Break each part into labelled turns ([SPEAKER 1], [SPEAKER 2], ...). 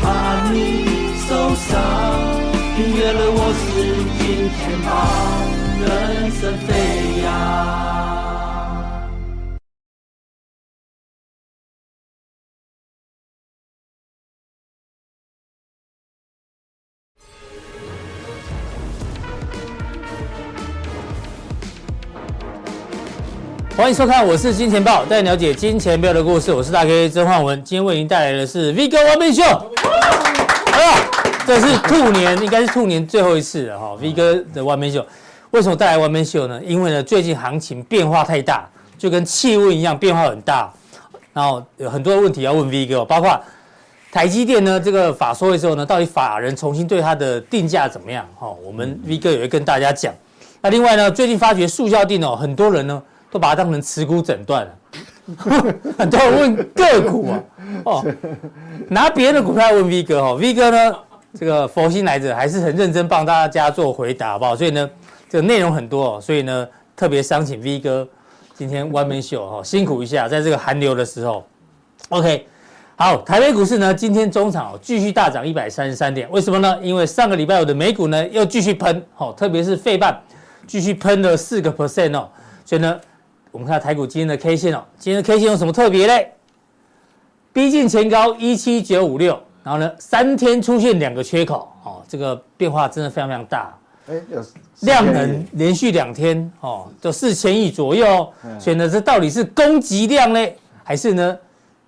[SPEAKER 1] 怕你受伤。原谅我是今天吧，人生飞扬。
[SPEAKER 2] 欢迎收看，我是金钱豹，带你了解金钱豹的故事。我是大 K 曾焕文，今天为您带来的是 V 哥王必秀。哎呀，这是兔年，应该是兔年最后一次了哈、V 哥的完美秀，为什么带来完美秀呢？因为呢，最近行情变化太大，就跟气温一样变化很大。然后有很多问题要问 V 哥，包括台积电呢，这个法说的时候呢，到底法人重新对它的定价怎么样？哈、我们 V 哥也会跟大家讲。那另外呢，最近发觉速效定哦，很多人呢都把它当成持股诊断了， 很多人问个股啊，哦，拿别人的股票来问 V 哥哦，V 哥呢这个佛心来着，还是很认真帮大家做回答，好不好？所以呢，这个内容很多、哦，所以呢特别商请 V 哥今天 One Man Show 哦，辛苦一下，在这个寒流的时候，OK。好，台北股市呢，今天中场哦继续大涨一百三十三点，为什么呢？因为上个礼拜五的美股呢又继续喷，好、特别是费半继续喷了四个 percent 哦，所以呢，我们看到台股今天的 K 线哦，今天的 K 线有什么特别嘞？逼近前高一七九五六，然后呢，三天出现两个缺口哦，这个变化真的非常非常大。
[SPEAKER 3] 哎，有
[SPEAKER 2] 量能连续两天哦，都四千亿左右哦，所以呢，这到底是供给量呢，还是呢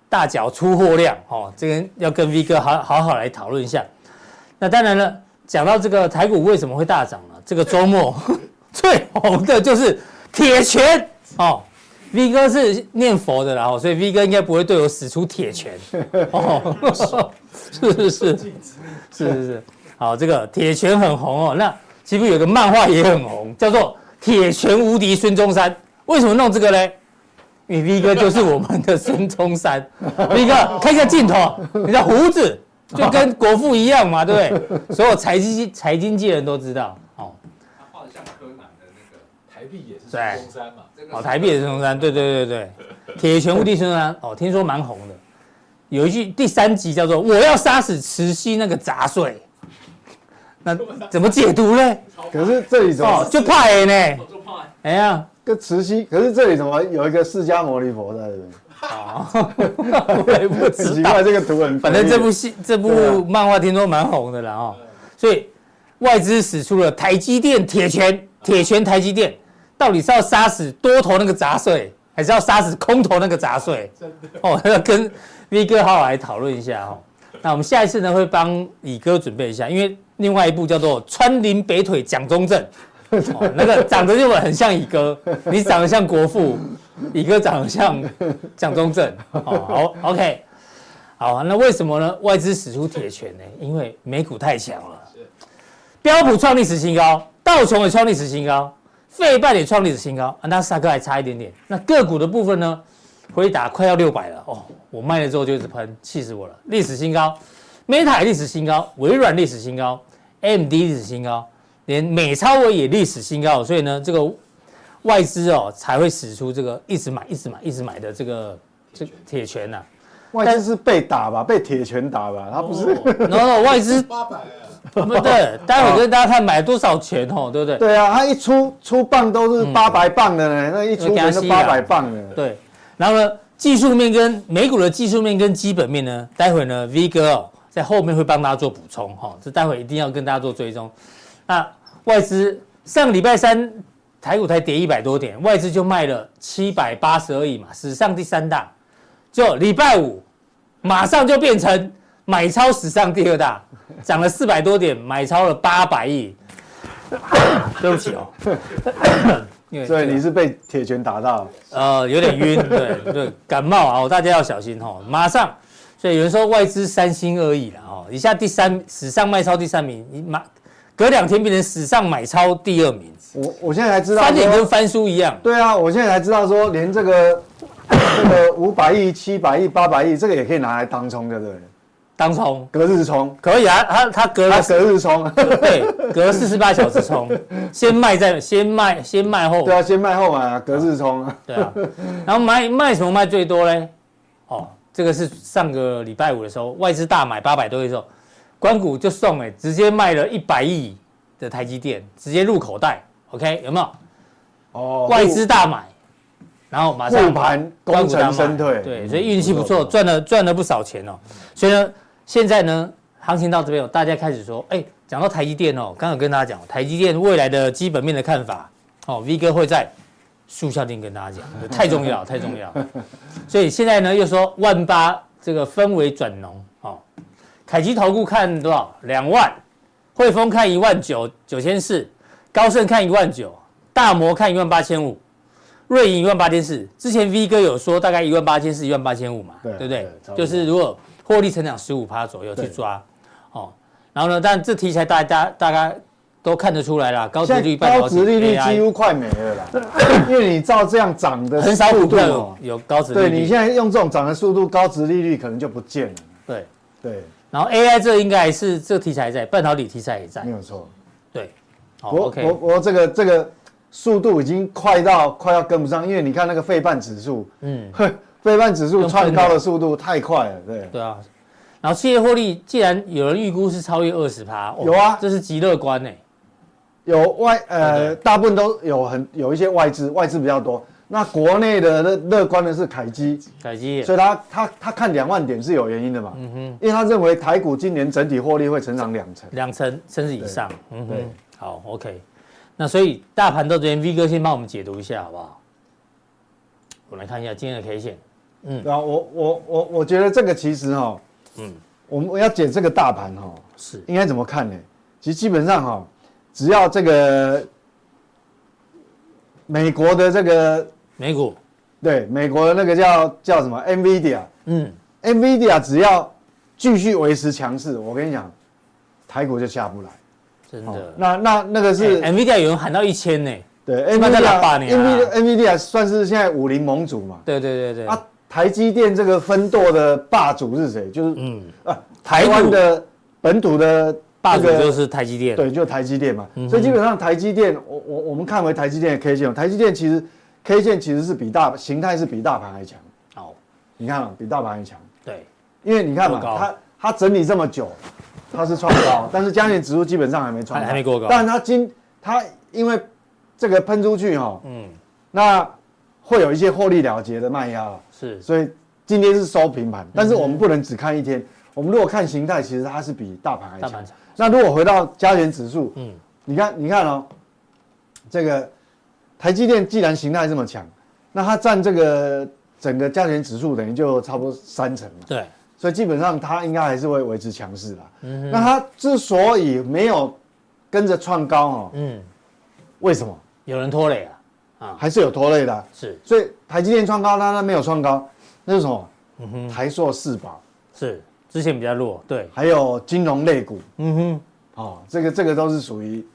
[SPEAKER 2] 大脚出货量？哦，这个要跟 V 哥好好好来讨论一下。那当然了，讲到这个台股为什么会大涨呢？这个周末 最红的就是铁拳哦。V 哥是念佛的啦，哦所以 V 哥应该不会对我使出铁拳哦。 是是是是是是，好，这个铁拳很红哦。那其实有个漫画也很红，叫做《铁拳无敌孙中山》。为什么弄这个嘞？因为 V 哥就是我们的孙中山。V 哥看一下镜头，你的胡子就跟国父一样嘛，对不对？所有财经财经界人都知道哦。
[SPEAKER 4] 他画的像柯南的那个
[SPEAKER 5] 台币也是孙中山嘛，
[SPEAKER 4] 这个
[SPEAKER 2] 哦，台币也是孙中山，对对对对，铁拳无敌孙中山，哦，听说蛮红的。有一句第三集叫做“我要杀死慈禧那个杂碎”，那怎么解读呢？
[SPEAKER 3] 可是这里怎
[SPEAKER 2] 哦，
[SPEAKER 3] 么
[SPEAKER 2] 就怕人呢，
[SPEAKER 4] 就怕
[SPEAKER 2] 哎呀，
[SPEAKER 3] 跟慈禧？可是这里怎么有一个释迦牟尼佛在这边？
[SPEAKER 2] 我也不
[SPEAKER 3] 很
[SPEAKER 2] 知
[SPEAKER 3] 奇
[SPEAKER 2] 道。
[SPEAKER 3] 怪，这个图很
[SPEAKER 2] 反正这部
[SPEAKER 3] 不
[SPEAKER 2] 戏、这部
[SPEAKER 3] 对啊
[SPEAKER 2] 漫画听说蛮红的啦哦，所以外资使出了台积电铁拳，铁拳台积电，到底是要杀死多头那个杂碎，还是要杀死空头那个杂碎？哦，要跟 V 哥好好来讨论一下哦。那我们下一次呢会帮乙哥准备一下，因为另外一部叫做《穿林北腿蒋中正》， 哦、那个长得就很像乙哥，你长得像国父，乙哥长得像蒋中正。哦，好，OK。好，啊那为什么呢？外资使出铁拳呢？因为美股太强了，标普创历史新高，道琼也创历史新高，费半也创历史新高，啊，纳斯达克还差一点点。那个股的部分呢？回打快要六百了哦，我卖了之后就一直喷，气死我了，历史新高，Meta 也历史新高，微软历史新高，AMD 历史新高，连美超微也历史新高，所以呢，这个外资哦才会使出这个一直买、一直买、一直买的这个这铁啊拳呐、
[SPEAKER 3] 外资是被打吧，被铁拳打吧，他不是。
[SPEAKER 2] 然后外资
[SPEAKER 5] 八百啊
[SPEAKER 2] 不对，待会儿跟大家看买多少钱哦，对不对？
[SPEAKER 3] 对啊，他一出出棒都是八百磅的呢，那一出拳
[SPEAKER 2] 那嗯给他
[SPEAKER 3] 都
[SPEAKER 2] 吸啊
[SPEAKER 3] 八百磅的。
[SPEAKER 2] 对，然后呢，技术面跟美股的技术面跟基本面呢，待会呢 V 哥哦在后面会帮大家做补充哈、这待会一定要跟大家做追踪。那外资上个礼拜三台股才跌一百多点，外资就卖了七百八十二亿嘛，史上第三大。就礼拜五马上就变成买超史上第二大，涨了四百多点，买超了八百亿。 对不起哦， 因为
[SPEAKER 3] 所
[SPEAKER 2] 这
[SPEAKER 3] 以
[SPEAKER 2] 个
[SPEAKER 3] 你是被铁拳打到，
[SPEAKER 2] 呃，有点晕，对对，感冒啊，哦大家要小心哦，马上。所以有人说外资三心二意了哦，一下第三史上卖超第三名，你马隔两天变成史上买超第二名，
[SPEAKER 3] 我我现在才知道
[SPEAKER 2] 翻脸跟
[SPEAKER 3] 说，
[SPEAKER 2] 翻书一样。
[SPEAKER 3] 对啊，我现在才知道说，连这个这个五百亿、七百亿、八百亿，这个也可以拿来当冲，对不对？
[SPEAKER 2] 当冲
[SPEAKER 3] 隔日冲，
[SPEAKER 2] 可以啊，他他隔
[SPEAKER 3] 他
[SPEAKER 2] 了
[SPEAKER 3] 隔日冲，
[SPEAKER 2] 对隔四十八小时冲，先卖再先卖先卖后
[SPEAKER 3] 对啊，先卖后买啊，隔日冲啊。
[SPEAKER 2] 对啊，然后卖卖什么卖最多嘞？哦，这个是上个礼拜五的时候，外资大买八百多亿的时候，关谷就送哎、直接卖了一百亿的台积电，直接入口袋，OK 有没有？
[SPEAKER 3] 哦
[SPEAKER 2] 外资大买，然后马上
[SPEAKER 3] 护盘
[SPEAKER 2] 关谷大
[SPEAKER 3] 功成身
[SPEAKER 2] 卖
[SPEAKER 3] 退
[SPEAKER 2] 对，
[SPEAKER 3] 嗯
[SPEAKER 2] 所以运气不
[SPEAKER 3] 不
[SPEAKER 2] 错，
[SPEAKER 3] 错不错
[SPEAKER 2] 赚了赚了不少钱哦。所以呢，现在呢，行情到这边哦，大家开始说，哎，讲到台积电哦，刚刚有跟大家讲，台积电未来的基本面的看法哦，V 哥会在速效定跟大家讲，太重要，太重要。所以现在呢，又说万八这个氛围转浓哦，凯基投顾看多少？两万，汇丰看一万九九千四，高盛看一万九，大摩看一万八千五，瑞银一万八千四。之前 V 哥有说大概一万八千四、一万八千五嘛，
[SPEAKER 3] 对
[SPEAKER 2] 不
[SPEAKER 3] 对
[SPEAKER 2] 对
[SPEAKER 3] 差不多？
[SPEAKER 2] 就是如果获利成长十五趴左右去
[SPEAKER 3] 对
[SPEAKER 2] 抓哦。然后呢，但这题材大家大家都看得出来啦，高值
[SPEAKER 3] 现
[SPEAKER 2] 率、
[SPEAKER 3] 在
[SPEAKER 2] 半导
[SPEAKER 3] 高
[SPEAKER 2] 体
[SPEAKER 3] 值利率
[SPEAKER 2] AI
[SPEAKER 3] 几乎快没了 啦，因为你照这样涨的
[SPEAKER 2] 很少股
[SPEAKER 3] 速度
[SPEAKER 2] 票
[SPEAKER 3] 哦
[SPEAKER 2] 有，有高值利率。
[SPEAKER 3] 对你现在用这种涨的速度，高值利率可能就不见了。
[SPEAKER 2] 对，
[SPEAKER 3] 对，
[SPEAKER 2] 然后 AI 这应该还是这个题材在，半导体题材也在
[SPEAKER 3] 没。有错。
[SPEAKER 2] 对，好
[SPEAKER 3] 嗯我我
[SPEAKER 2] 哦，OK，
[SPEAKER 3] 我这个这个速度已经快到快要跟不上，因为你看那个费半指数，
[SPEAKER 2] 嗯，
[SPEAKER 3] 哼， 费半指数
[SPEAKER 2] 用
[SPEAKER 3] 窜
[SPEAKER 2] 喷
[SPEAKER 3] 高
[SPEAKER 2] 的
[SPEAKER 3] 的速度太快了，对。
[SPEAKER 2] 对啊。然后企业获利，既然有人预估是超越二十趴，哦
[SPEAKER 3] 有啊
[SPEAKER 2] 这是极乐观呢。
[SPEAKER 3] 有外
[SPEAKER 2] 对
[SPEAKER 3] 呃，
[SPEAKER 2] 不
[SPEAKER 3] 大部分都有很有一些外资，外资比较多。那国内的乐乐观的是凯基，
[SPEAKER 2] 凯基也
[SPEAKER 3] 所以他他他看两万点是有原因的嘛，
[SPEAKER 2] 嗯
[SPEAKER 3] 因为他认为台股今年整体获利会成长两成。
[SPEAKER 2] 两成甚至以上，嗯
[SPEAKER 3] 对
[SPEAKER 2] 哼，好，OK。那所以大盘到这边，V 哥先帮我们解读一下好不好？我们来看一下今天的 K 线，
[SPEAKER 3] 对啊，我我我我觉得这个其实哈、
[SPEAKER 2] 嗯
[SPEAKER 3] 嗯，我们要解这个大盘哈、
[SPEAKER 2] 是
[SPEAKER 3] 应该怎么看呢？其实基本上哈、只要这个美国的这个
[SPEAKER 2] 美股，
[SPEAKER 3] 对美国的那个叫叫什么 NVIDIA，
[SPEAKER 2] 嗯，
[SPEAKER 3] NVIDIA 只要继续维持强势，我跟你讲，台股就下不来。
[SPEAKER 2] 真
[SPEAKER 3] 哦
[SPEAKER 2] 的。
[SPEAKER 3] 那那那个是、
[SPEAKER 2] 哎 NVIDIA 有人喊到一千呢，
[SPEAKER 3] 对
[SPEAKER 2] 慢慢拉
[SPEAKER 3] NVIDIA
[SPEAKER 2] 八年啊
[SPEAKER 3] NVIDIA NVIDIA 算是现在武林盟主嘛。
[SPEAKER 2] 对对对对
[SPEAKER 3] 啊，，台积电这个分舵的霸主是谁？就是、
[SPEAKER 2] 嗯，
[SPEAKER 3] 啊，台湾的本土的
[SPEAKER 2] 霸
[SPEAKER 3] 这
[SPEAKER 2] 主
[SPEAKER 3] 个
[SPEAKER 2] 就是台积电，嗯
[SPEAKER 3] 对，就台积电嘛。所以基本上台积电，我我我们看回台积电的 K 线哦，台积电其实 K 线其实是比大形态是比大盘还强。
[SPEAKER 2] 好，
[SPEAKER 3] 你看啊，比大盘还强。
[SPEAKER 2] 对，
[SPEAKER 3] 因为你看嘛，
[SPEAKER 2] 过高
[SPEAKER 3] 它它整理这么久，它是创高， 但是加权指数基本上还没创高，
[SPEAKER 2] 还还没过高
[SPEAKER 3] 但它今它因为这个喷出去哈、哦，
[SPEAKER 2] 嗯，
[SPEAKER 3] 那会有一些获利了结的卖压了，
[SPEAKER 2] 是
[SPEAKER 3] 所以今天是收平
[SPEAKER 2] 嗯
[SPEAKER 3] 盘，但是我们不能只看一天，我们如果看形态，其实它是比大盘还
[SPEAKER 2] 大
[SPEAKER 3] 强
[SPEAKER 2] 盘。强，
[SPEAKER 3] 那如果回到加权指数，
[SPEAKER 2] 嗯，
[SPEAKER 3] 你看你看哦，这个台积电既然形态这么强，那它占这个整个加权指数等于就差不多三成了。
[SPEAKER 2] 对，
[SPEAKER 3] 所以基本上它应该还是会维持强势啦。
[SPEAKER 2] 嗯哼
[SPEAKER 3] 那它之所以没有跟着创高哦，
[SPEAKER 2] 嗯，
[SPEAKER 3] 为什么？
[SPEAKER 2] 有人拖累啊，啊，
[SPEAKER 3] 还是有拖累的啊、
[SPEAKER 2] 是
[SPEAKER 3] 所以台积电创高，那它没有创高，那是什么？
[SPEAKER 2] 嗯哼
[SPEAKER 3] 台塑、四宝，
[SPEAKER 2] 是，之前比较弱，对，
[SPEAKER 3] 还有金融类股
[SPEAKER 2] 嗯哼，
[SPEAKER 3] 哦，这个这个都是属于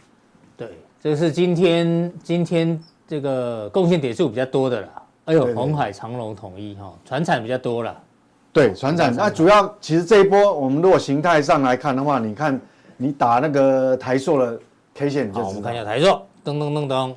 [SPEAKER 2] 对，这个是今天今天这个贡献点数比较多的啦，哎呦
[SPEAKER 3] 对，对
[SPEAKER 2] 红海、长隆、统一哈，船产比较多啦，
[SPEAKER 3] 对船产。那主要其实这一波，我们如果形态上来看的话，你看你打那个台塑的 K 线，你就
[SPEAKER 2] 好，我
[SPEAKER 3] 知
[SPEAKER 2] 们
[SPEAKER 3] 道
[SPEAKER 2] 看一下台硕，噔噔噔噔，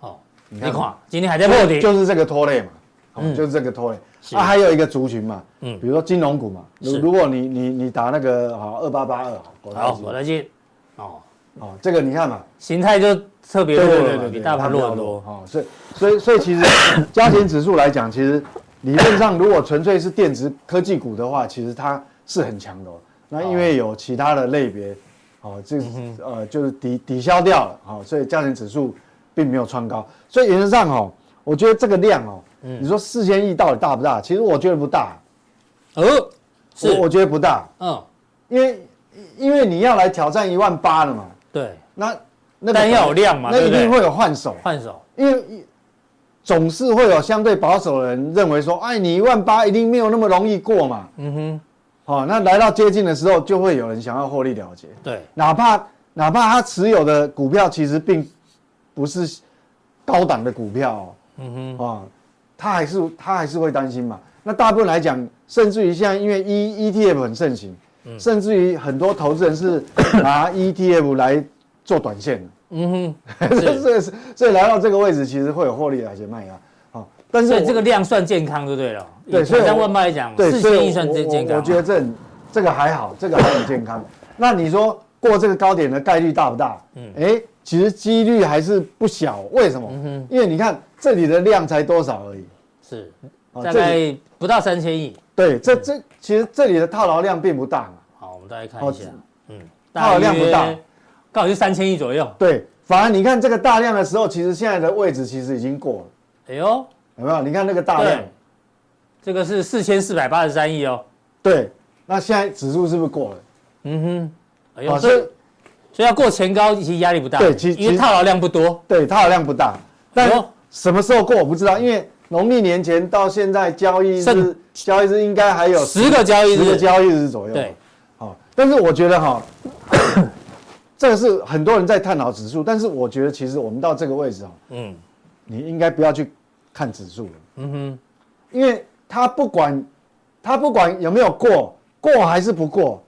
[SPEAKER 2] 哦，你
[SPEAKER 3] 看
[SPEAKER 2] 看今天还在破底，
[SPEAKER 3] 就是这个拖累嘛，哦
[SPEAKER 2] 嗯
[SPEAKER 3] 就是这个拖累。
[SPEAKER 2] 是
[SPEAKER 3] 啊，还有一个族群嘛，
[SPEAKER 2] 嗯
[SPEAKER 3] 比如说金融股嘛，如
[SPEAKER 2] 是
[SPEAKER 3] 如果你你你打那个好二八八二，哦国泰
[SPEAKER 2] 好，
[SPEAKER 3] 金
[SPEAKER 2] 我来接，哦，
[SPEAKER 3] 哦，这个你看嘛，
[SPEAKER 2] 形态就特别弱了嘛，比大
[SPEAKER 3] 它
[SPEAKER 2] 盘
[SPEAKER 3] 比较
[SPEAKER 2] 弱很多，
[SPEAKER 3] 哦，所以所以所以其实 加权指数来讲，其实理论上如果纯粹是电子科技股的话，其实它是很强的哦。那因为有其他的类别，哦，这
[SPEAKER 2] 嗯
[SPEAKER 3] 呃就是抵抵消掉了，哦，所以加权指数并没有创高。所以原则上哦，我觉得这个量哦，
[SPEAKER 2] 嗯
[SPEAKER 3] 你说四千亿到底大不大？其实我觉得不大，
[SPEAKER 2] 哦，是
[SPEAKER 3] 我，我觉得不大。
[SPEAKER 2] 嗯，
[SPEAKER 3] 因为因为你要来挑战一万八了嘛，
[SPEAKER 2] 对，
[SPEAKER 3] 那那
[SPEAKER 2] 但要有量嘛
[SPEAKER 3] 那
[SPEAKER 2] 对
[SPEAKER 3] 一
[SPEAKER 2] 不对
[SPEAKER 3] 定会有换手，
[SPEAKER 2] 换手，
[SPEAKER 3] 因为总是会有相对保守的人认为说，哎，你一万八一定没有那么容易过嘛，
[SPEAKER 2] 嗯哼，
[SPEAKER 3] 哦，那来到接近的时候，就会有人想要获利了结，
[SPEAKER 2] 对，
[SPEAKER 3] 哪怕哪怕他持有的股票其实并不是高档的股票、哦，
[SPEAKER 2] 嗯哼。
[SPEAKER 3] 啊、他还是他还是会担心嘛。那大部分来讲，甚至于现在因为 E ETF 很盛行，
[SPEAKER 2] 嗯
[SPEAKER 3] 甚至于很多投资人是拿 ETF 来做短线的，
[SPEAKER 2] 嗯哼，
[SPEAKER 3] 所以所以来到这个位置，其实会有获利而且卖压。好、但是
[SPEAKER 2] 所以
[SPEAKER 3] 我
[SPEAKER 2] 这个量算健康就对了。
[SPEAKER 3] 对
[SPEAKER 2] 以
[SPEAKER 3] 所以我
[SPEAKER 2] 像万八来讲，
[SPEAKER 3] 对，
[SPEAKER 2] 四
[SPEAKER 3] 所以
[SPEAKER 2] 千
[SPEAKER 3] 我
[SPEAKER 2] 亿算健健
[SPEAKER 3] 我
[SPEAKER 2] 康啊
[SPEAKER 3] 我觉得
[SPEAKER 2] 嘛。
[SPEAKER 3] 这很这个还好，这个还很健康。那你说过这个高点的概率大不大？嗯，哎，其实几率还是不小。为什么？
[SPEAKER 2] 嗯哼
[SPEAKER 3] 因为你看这里的量才多少而已。
[SPEAKER 2] 是
[SPEAKER 3] 哦
[SPEAKER 2] 大
[SPEAKER 3] 这里
[SPEAKER 2] 概不到三千亿。
[SPEAKER 3] 对，这这其实这里的套牢量并不大嘛。
[SPEAKER 2] 好，我们大概看一下
[SPEAKER 3] 哦，
[SPEAKER 2] 嗯，
[SPEAKER 3] 它的量不大
[SPEAKER 2] 大约，刚好就三千亿左右。
[SPEAKER 3] 对，反而你看这个大量的时候，其实现在的位置其实已经过
[SPEAKER 2] 哎
[SPEAKER 3] 了，
[SPEAKER 2] 呦，
[SPEAKER 3] 有没有？你看那个大量
[SPEAKER 2] 对，，这个是四千四百八十三亿哦。
[SPEAKER 3] 对，那现在指数是不是过了？
[SPEAKER 2] 嗯哼，哎
[SPEAKER 3] 好
[SPEAKER 2] 呦，所以所以要过前高其实压力不大，
[SPEAKER 3] 哦对其
[SPEAKER 2] 因
[SPEAKER 3] 其
[SPEAKER 2] 为套牢量不多。
[SPEAKER 3] 对，它好像不大，但
[SPEAKER 2] 哎呦
[SPEAKER 3] 什么时候过我不知道，因为农历年前到现在交易日
[SPEAKER 2] 剩，
[SPEAKER 3] 交易日应该还有
[SPEAKER 2] 十个交易
[SPEAKER 3] 十个
[SPEAKER 2] 日，
[SPEAKER 3] 交易日左右。
[SPEAKER 2] 对，，
[SPEAKER 3] 好、但是我觉得哈、 这个是很多人在探讨指数，但是我觉得其实我们到这个位置哦，
[SPEAKER 2] 嗯
[SPEAKER 3] 你应该不要去看指数了，
[SPEAKER 2] 嗯哼，
[SPEAKER 3] 因为它不管它不管有没有过，过还是不过，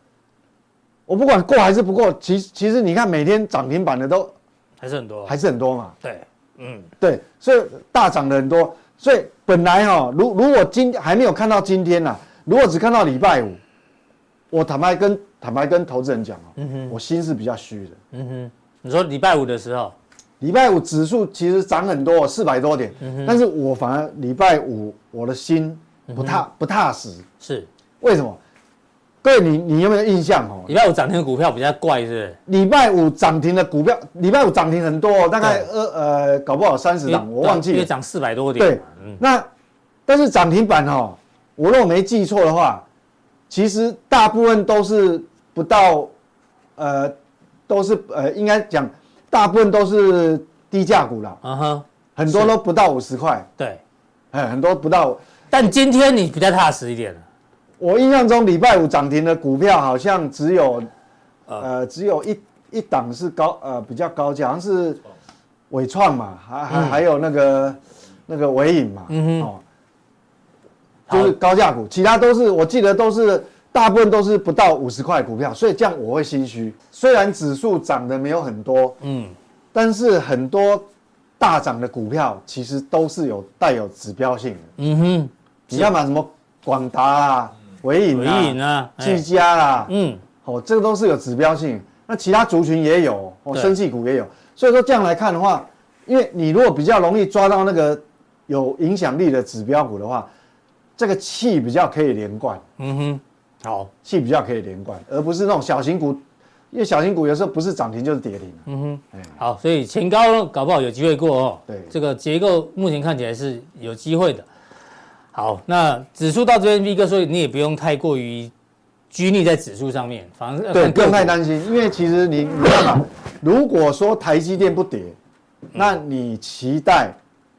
[SPEAKER 3] 我不管过还是不过，其其实你看每天涨停板的都
[SPEAKER 2] 还是很多，
[SPEAKER 3] 还是很多嘛。
[SPEAKER 2] 对，嗯，
[SPEAKER 3] 对，所以大涨了很多。所以本来哈、如如果今还没有看到今天呐、如果只看到礼拜五，我坦白跟坦白跟投资人讲哦，我心是比较虚的。
[SPEAKER 2] 你说礼拜五的时候，
[SPEAKER 3] 礼拜五指数其实涨很多，四百多点，但是我反而礼拜五我的心不踏、不踏实。
[SPEAKER 2] 是
[SPEAKER 3] 为什么？各位你你有没有印象哦？
[SPEAKER 2] 礼拜五涨停的股票比较怪，是不是？
[SPEAKER 3] 礼拜五涨停的股票，礼拜五涨停很多、哦，大概
[SPEAKER 2] 对
[SPEAKER 3] 二呃，搞不好三十
[SPEAKER 2] 因为
[SPEAKER 3] 档，我忘
[SPEAKER 2] 对
[SPEAKER 3] 记
[SPEAKER 2] 因
[SPEAKER 3] 了
[SPEAKER 2] 为。涨四百多点
[SPEAKER 3] 对
[SPEAKER 2] 嘛，，嗯，
[SPEAKER 3] 那但是涨停板哦，我如果没记错的话，其实大部分都是不到，呃，都是呃，应该讲大部分都是低价股啦，
[SPEAKER 2] 嗯哼，
[SPEAKER 3] 很多都不到五十块，
[SPEAKER 2] 对。
[SPEAKER 3] 哎，很多不到。
[SPEAKER 2] 但今天你比较踏实一点了，
[SPEAKER 3] 我印象中礼拜五涨停的股票好像只有，
[SPEAKER 2] 啊
[SPEAKER 3] 呃，只有一一档是高呃比较高价，好像是伟创嘛，还还、还有那个那个伟影嘛，
[SPEAKER 2] 嗯嗯哼
[SPEAKER 3] 哦，就是高价股，其他都是我记得都是大部分都是不到五十块股票，所以这样我会心虚。虽然指数涨得没有很多，
[SPEAKER 2] 嗯，
[SPEAKER 3] 但是很多大涨的股票其实都是有带有指标性的，
[SPEAKER 2] 嗯哼，
[SPEAKER 3] 你要买什么广达啊、伟影
[SPEAKER 2] 回
[SPEAKER 3] 啊、
[SPEAKER 2] 应啊，
[SPEAKER 3] 技
[SPEAKER 2] 哎
[SPEAKER 3] 嘉啦，
[SPEAKER 2] 嗯，
[SPEAKER 3] 哦，这个都是有指标性。那其他族群也有，哦，
[SPEAKER 2] 对
[SPEAKER 3] 生技股也有。所以说这样来看的话，因为你如果比较容易抓到那个有影响力的指标股的话，这个气比较可以连贯，
[SPEAKER 2] 嗯哼，好，
[SPEAKER 3] 气比较可以连贯，而不是那种小型股，因为小型股有时候不是涨停就是跌停、啊。
[SPEAKER 2] 嗯
[SPEAKER 3] 哎
[SPEAKER 2] 哼，好，所以前高搞不好有机会过哦。
[SPEAKER 3] 对
[SPEAKER 2] 这个结构目前看起来是有机会的。好，那指数到这边，V 哥说你也不用太过于拘泥在指数上面，反正
[SPEAKER 3] 对，不用太
[SPEAKER 2] 难。
[SPEAKER 3] 担心，因为其实你你看 嘛，如果说台积电不跌，
[SPEAKER 2] 嗯
[SPEAKER 3] 那你期待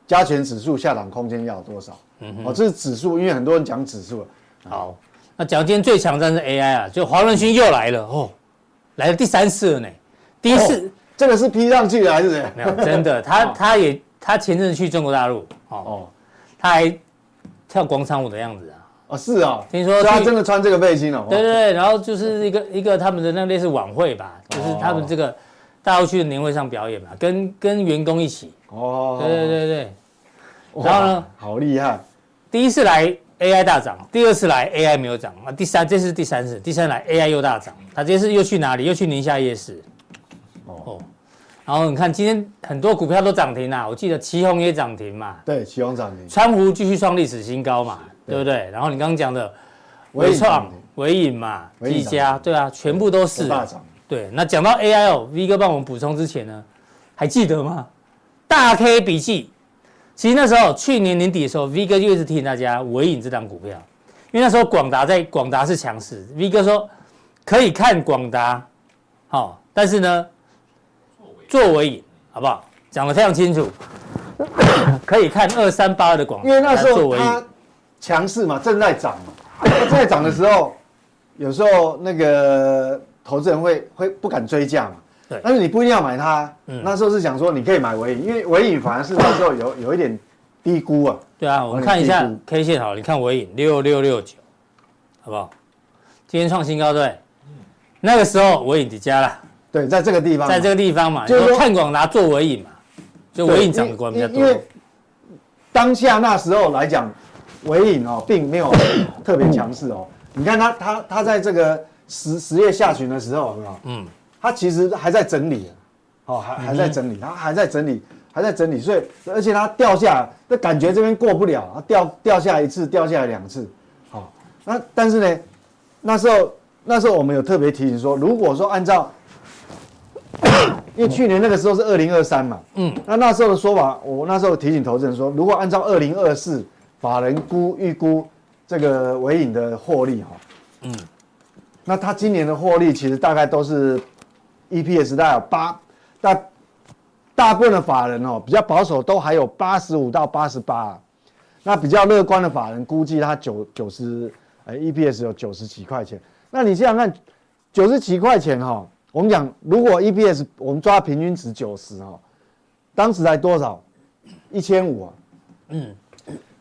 [SPEAKER 3] 加权指数下档空间要有多少？
[SPEAKER 2] 嗯
[SPEAKER 3] 哦，这是指数，因为很多人讲指数啊了。
[SPEAKER 2] 好，那讲今天最强战是 AI 啊，就黄仁勋又来了哦，来了第三次了呢，第一次、
[SPEAKER 3] 这个是 P 上去的还是怎样？
[SPEAKER 2] 没有，真的，他他也他前阵子去中国大陆哦，
[SPEAKER 3] 哦
[SPEAKER 2] 他还跳广场舞的样子啊。
[SPEAKER 3] 哦，是哦，
[SPEAKER 2] 听说
[SPEAKER 3] 所以他
[SPEAKER 2] 去
[SPEAKER 3] 真的穿这个背心哦。
[SPEAKER 2] 对对对，然后就是一个一个他们的那类似晚会吧，
[SPEAKER 3] 哦
[SPEAKER 2] 就是他们这个大陆去的年会上表演嘛，跟跟员工一起。
[SPEAKER 3] 哦，
[SPEAKER 2] 对对对对，
[SPEAKER 3] 哇
[SPEAKER 2] 然后呢，
[SPEAKER 3] 好厉害，
[SPEAKER 2] 第一次来 AI 大涨，第二次来 AI 没有涨，啊，第三这是第三次，第三来 AI 又大涨，他这次又去哪里？又去宁夏夜市。哦，然后你看今天很多股票都涨停啦、啊我记得旗宏也涨停嘛，
[SPEAKER 3] 对，启宏涨停，
[SPEAKER 2] 川湖继续创历史新高嘛，对不对？然后你刚刚讲的
[SPEAKER 3] 微
[SPEAKER 2] 微
[SPEAKER 3] 影涨
[SPEAKER 2] 创
[SPEAKER 3] 停、
[SPEAKER 2] 微影嘛、
[SPEAKER 3] 微影
[SPEAKER 2] 技
[SPEAKER 3] 涨
[SPEAKER 2] 嘉，对啊，全部都是
[SPEAKER 3] 大涨，
[SPEAKER 2] 对，那讲到 AI 哦，V 哥帮我们补充之前呢，还记得吗？大 K 笔记，其实那时候去年年底的时候，V 哥就一直提醒大家尾影这档股票，因为那时候广达在广达是强势，V 哥说可以看广达，好、但是呢，做尾影好不好？讲得非常清楚， 可以看二三八二的广达，
[SPEAKER 3] 因为那时
[SPEAKER 2] 来做
[SPEAKER 3] 候
[SPEAKER 2] 尾影
[SPEAKER 3] 它强势嘛，正在涨嘛， 它在涨的时候，有时候那个投资人会会不敢追价嘛。
[SPEAKER 2] 对
[SPEAKER 3] 但是你不一定要买它。
[SPEAKER 2] 嗯
[SPEAKER 3] 那时候是想说你可以买尾影，因为尾影反而是那时候有有一点低估啊。
[SPEAKER 2] 对啊，我们看一
[SPEAKER 3] 帮
[SPEAKER 2] 下
[SPEAKER 3] 你记住
[SPEAKER 2] K 线好了，你看尾影六六六九，好不好？今天创新高对不对，
[SPEAKER 3] 嗯
[SPEAKER 2] 那个时候尾影底加了，
[SPEAKER 3] 对，在这个地方嘛，
[SPEAKER 2] 在这个地方嘛，
[SPEAKER 3] 就是
[SPEAKER 2] 就
[SPEAKER 3] 说
[SPEAKER 2] 看广达做尾影嘛，就
[SPEAKER 3] 对
[SPEAKER 2] 尾影涨的股比较
[SPEAKER 3] 因因因
[SPEAKER 2] 多
[SPEAKER 3] 为。当下那时候来讲，尾影哦，并没有 特别强势哦。你看它它它在这个十十月下旬的时候，有没有？
[SPEAKER 2] 嗯，
[SPEAKER 3] 它其实还在整理，哦，还还在整理，它还在整理，还在整理，所以而且它掉下来，那感觉这边过不了，它掉掉下一次，掉下来两次，好、那但是呢，那时候那时候我们有特别提醒说，如果说按照，因为去年那个时候是二零二三嘛，
[SPEAKER 2] 嗯
[SPEAKER 3] 嗯，那那时候的说法，我那时候提醒投资人说，如果按照二零二四法人估预估这个尾影的获利哈、
[SPEAKER 2] 嗯
[SPEAKER 3] 嗯，那它今年的获利其实大概都是 EPS 大概有八，大大部分的法人哦比较保守都还有八十五到八十八，那比较乐观的法人估计它九九十呃 EPS 有九十几块钱，那你想想看，九十几块钱哈、我们讲如果 EPS 我们抓平均值九十哈，当时才多少？一千五啊，
[SPEAKER 2] 嗯，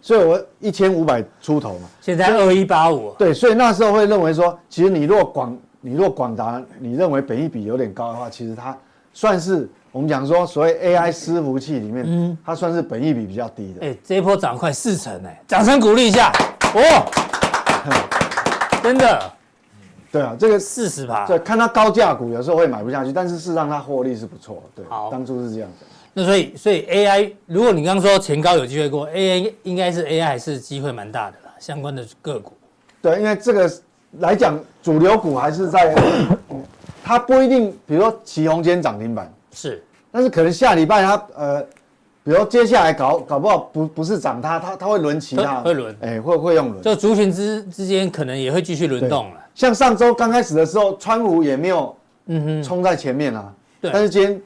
[SPEAKER 3] 所以我一千五百出头嘛，
[SPEAKER 2] 现在二一八五，
[SPEAKER 3] 对，所以那时候会认为说，其实你若广，你若广达，你认为本益比有点高的话，其实它算是我们讲说所谓 AI 伺服器里面，
[SPEAKER 2] 嗯
[SPEAKER 3] 它算是本益比比较低的。
[SPEAKER 2] 哎，这一波涨快四成哎，掌声鼓励一下， 哦，真的
[SPEAKER 3] 对啊，这个
[SPEAKER 2] 四十趴。
[SPEAKER 3] 对，看它高价股有时候会买不下去，但是事实上它获利是不错的。对
[SPEAKER 2] 好，
[SPEAKER 3] 当初是这样的。
[SPEAKER 2] 那所以所以 AI，如果你刚刚说前高有机会过，AI 应该是 AI 还是机会蛮大的啦，相关的个股。
[SPEAKER 3] 对，因为这个来讲，主流股还是在， 它不一定，比如说旗红今天涨停板，
[SPEAKER 2] 是，
[SPEAKER 3] 但是可能下礼拜它呃，比如接下来搞搞不好不不是涨它，它它会轮其他，
[SPEAKER 2] 会会轮
[SPEAKER 3] 哎、会会用轮。
[SPEAKER 2] 就族群之之间可能也会继续轮动了。
[SPEAKER 3] 像上周刚开始的时候，川湖也没有
[SPEAKER 2] 嗯哼，
[SPEAKER 3] 冲在前面啊，
[SPEAKER 2] 对
[SPEAKER 3] 但是今天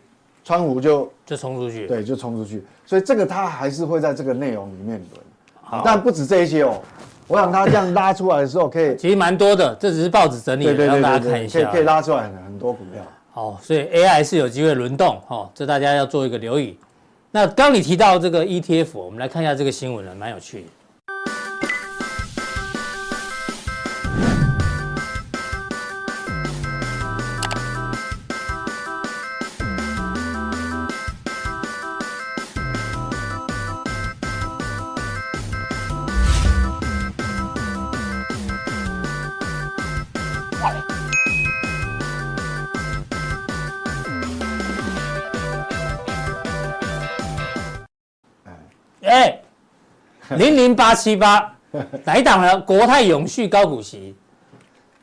[SPEAKER 3] 川湖就
[SPEAKER 2] 就冲出去。，
[SPEAKER 3] 对就冲出去，所以这个它还是会在这个内容里面轮
[SPEAKER 2] 好，
[SPEAKER 3] 但不止这一些哦，我想它这样拉出来的时候可以，
[SPEAKER 2] 其实蛮多的，这只是报纸整理
[SPEAKER 3] 对
[SPEAKER 2] 的，
[SPEAKER 3] 对
[SPEAKER 2] 让
[SPEAKER 3] 对
[SPEAKER 2] 大
[SPEAKER 3] 对
[SPEAKER 2] 家看一
[SPEAKER 3] 对，可以
[SPEAKER 2] 下
[SPEAKER 3] 可。以拉出来很多股票。
[SPEAKER 2] 好，所以 AI 是有机会轮动哦，这大家要做一个留意。那刚你提到这个 ETF，我们来看一下这个新闻了，蛮有趣的。哎，零零八七八，哪一档呢？国泰永续高股息，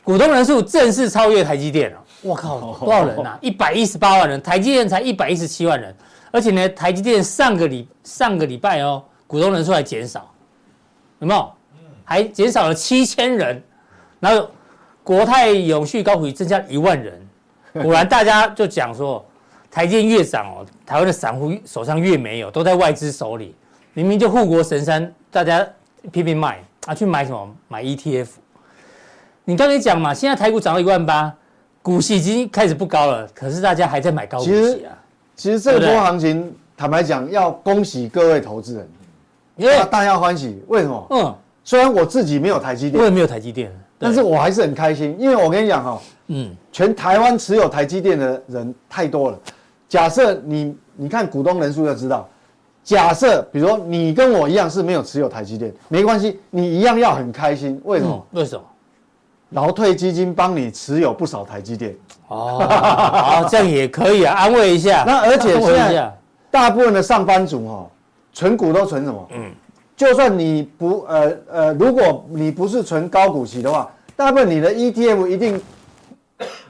[SPEAKER 2] 股东人数正式超越台积电了、我靠，多少人啊？一百一十八万人，台积电才一百一十七万人，而且呢，台积电上个礼上个礼拜哦，股东人数还减少，有没有？还减少了七千人，然后国泰永续高股息增加一万人， 果然大家就讲说。台积电越涨哦，台湾的散户手上越没有，都在外资手里。明明就护国神山，大家拼命卖啊，去买什么？买 ETF。你刚才讲嘛，现在台股涨到一万八，股息已经开始不高了，可是大家还在买高股
[SPEAKER 3] 其
[SPEAKER 2] 息
[SPEAKER 3] 实
[SPEAKER 2] 啊，
[SPEAKER 3] 其实这
[SPEAKER 2] 对不对
[SPEAKER 3] 波行情，坦白讲，要恭喜各位投资人，
[SPEAKER 2] 因为
[SPEAKER 3] 大大家欢喜。为什么？
[SPEAKER 2] 嗯，
[SPEAKER 3] 虽然我自己没有台积
[SPEAKER 2] 我也
[SPEAKER 3] 电，
[SPEAKER 2] 没有台积电，
[SPEAKER 3] 但是我还是很开心，因为我跟你讲哈、哦，
[SPEAKER 2] 嗯，
[SPEAKER 3] 全台湾持有台积电的人太多了。假设你你看股东人数就知道，假设比如说你跟我一样是没有持有台积电，没关系，你一样要很开心。为什么？
[SPEAKER 2] 嗯为什么？
[SPEAKER 3] 劳退基金帮你持有不少台积电，
[SPEAKER 2] 哦，好，这样也可以啊，安慰一下。
[SPEAKER 3] 那而且
[SPEAKER 2] 安慰一
[SPEAKER 3] 现
[SPEAKER 2] 下
[SPEAKER 3] 在，大部分的上班族哦，存股都存什么？嗯，就算你不呃呃，如果你不是存高股息的话，大部分你的 ETF 一定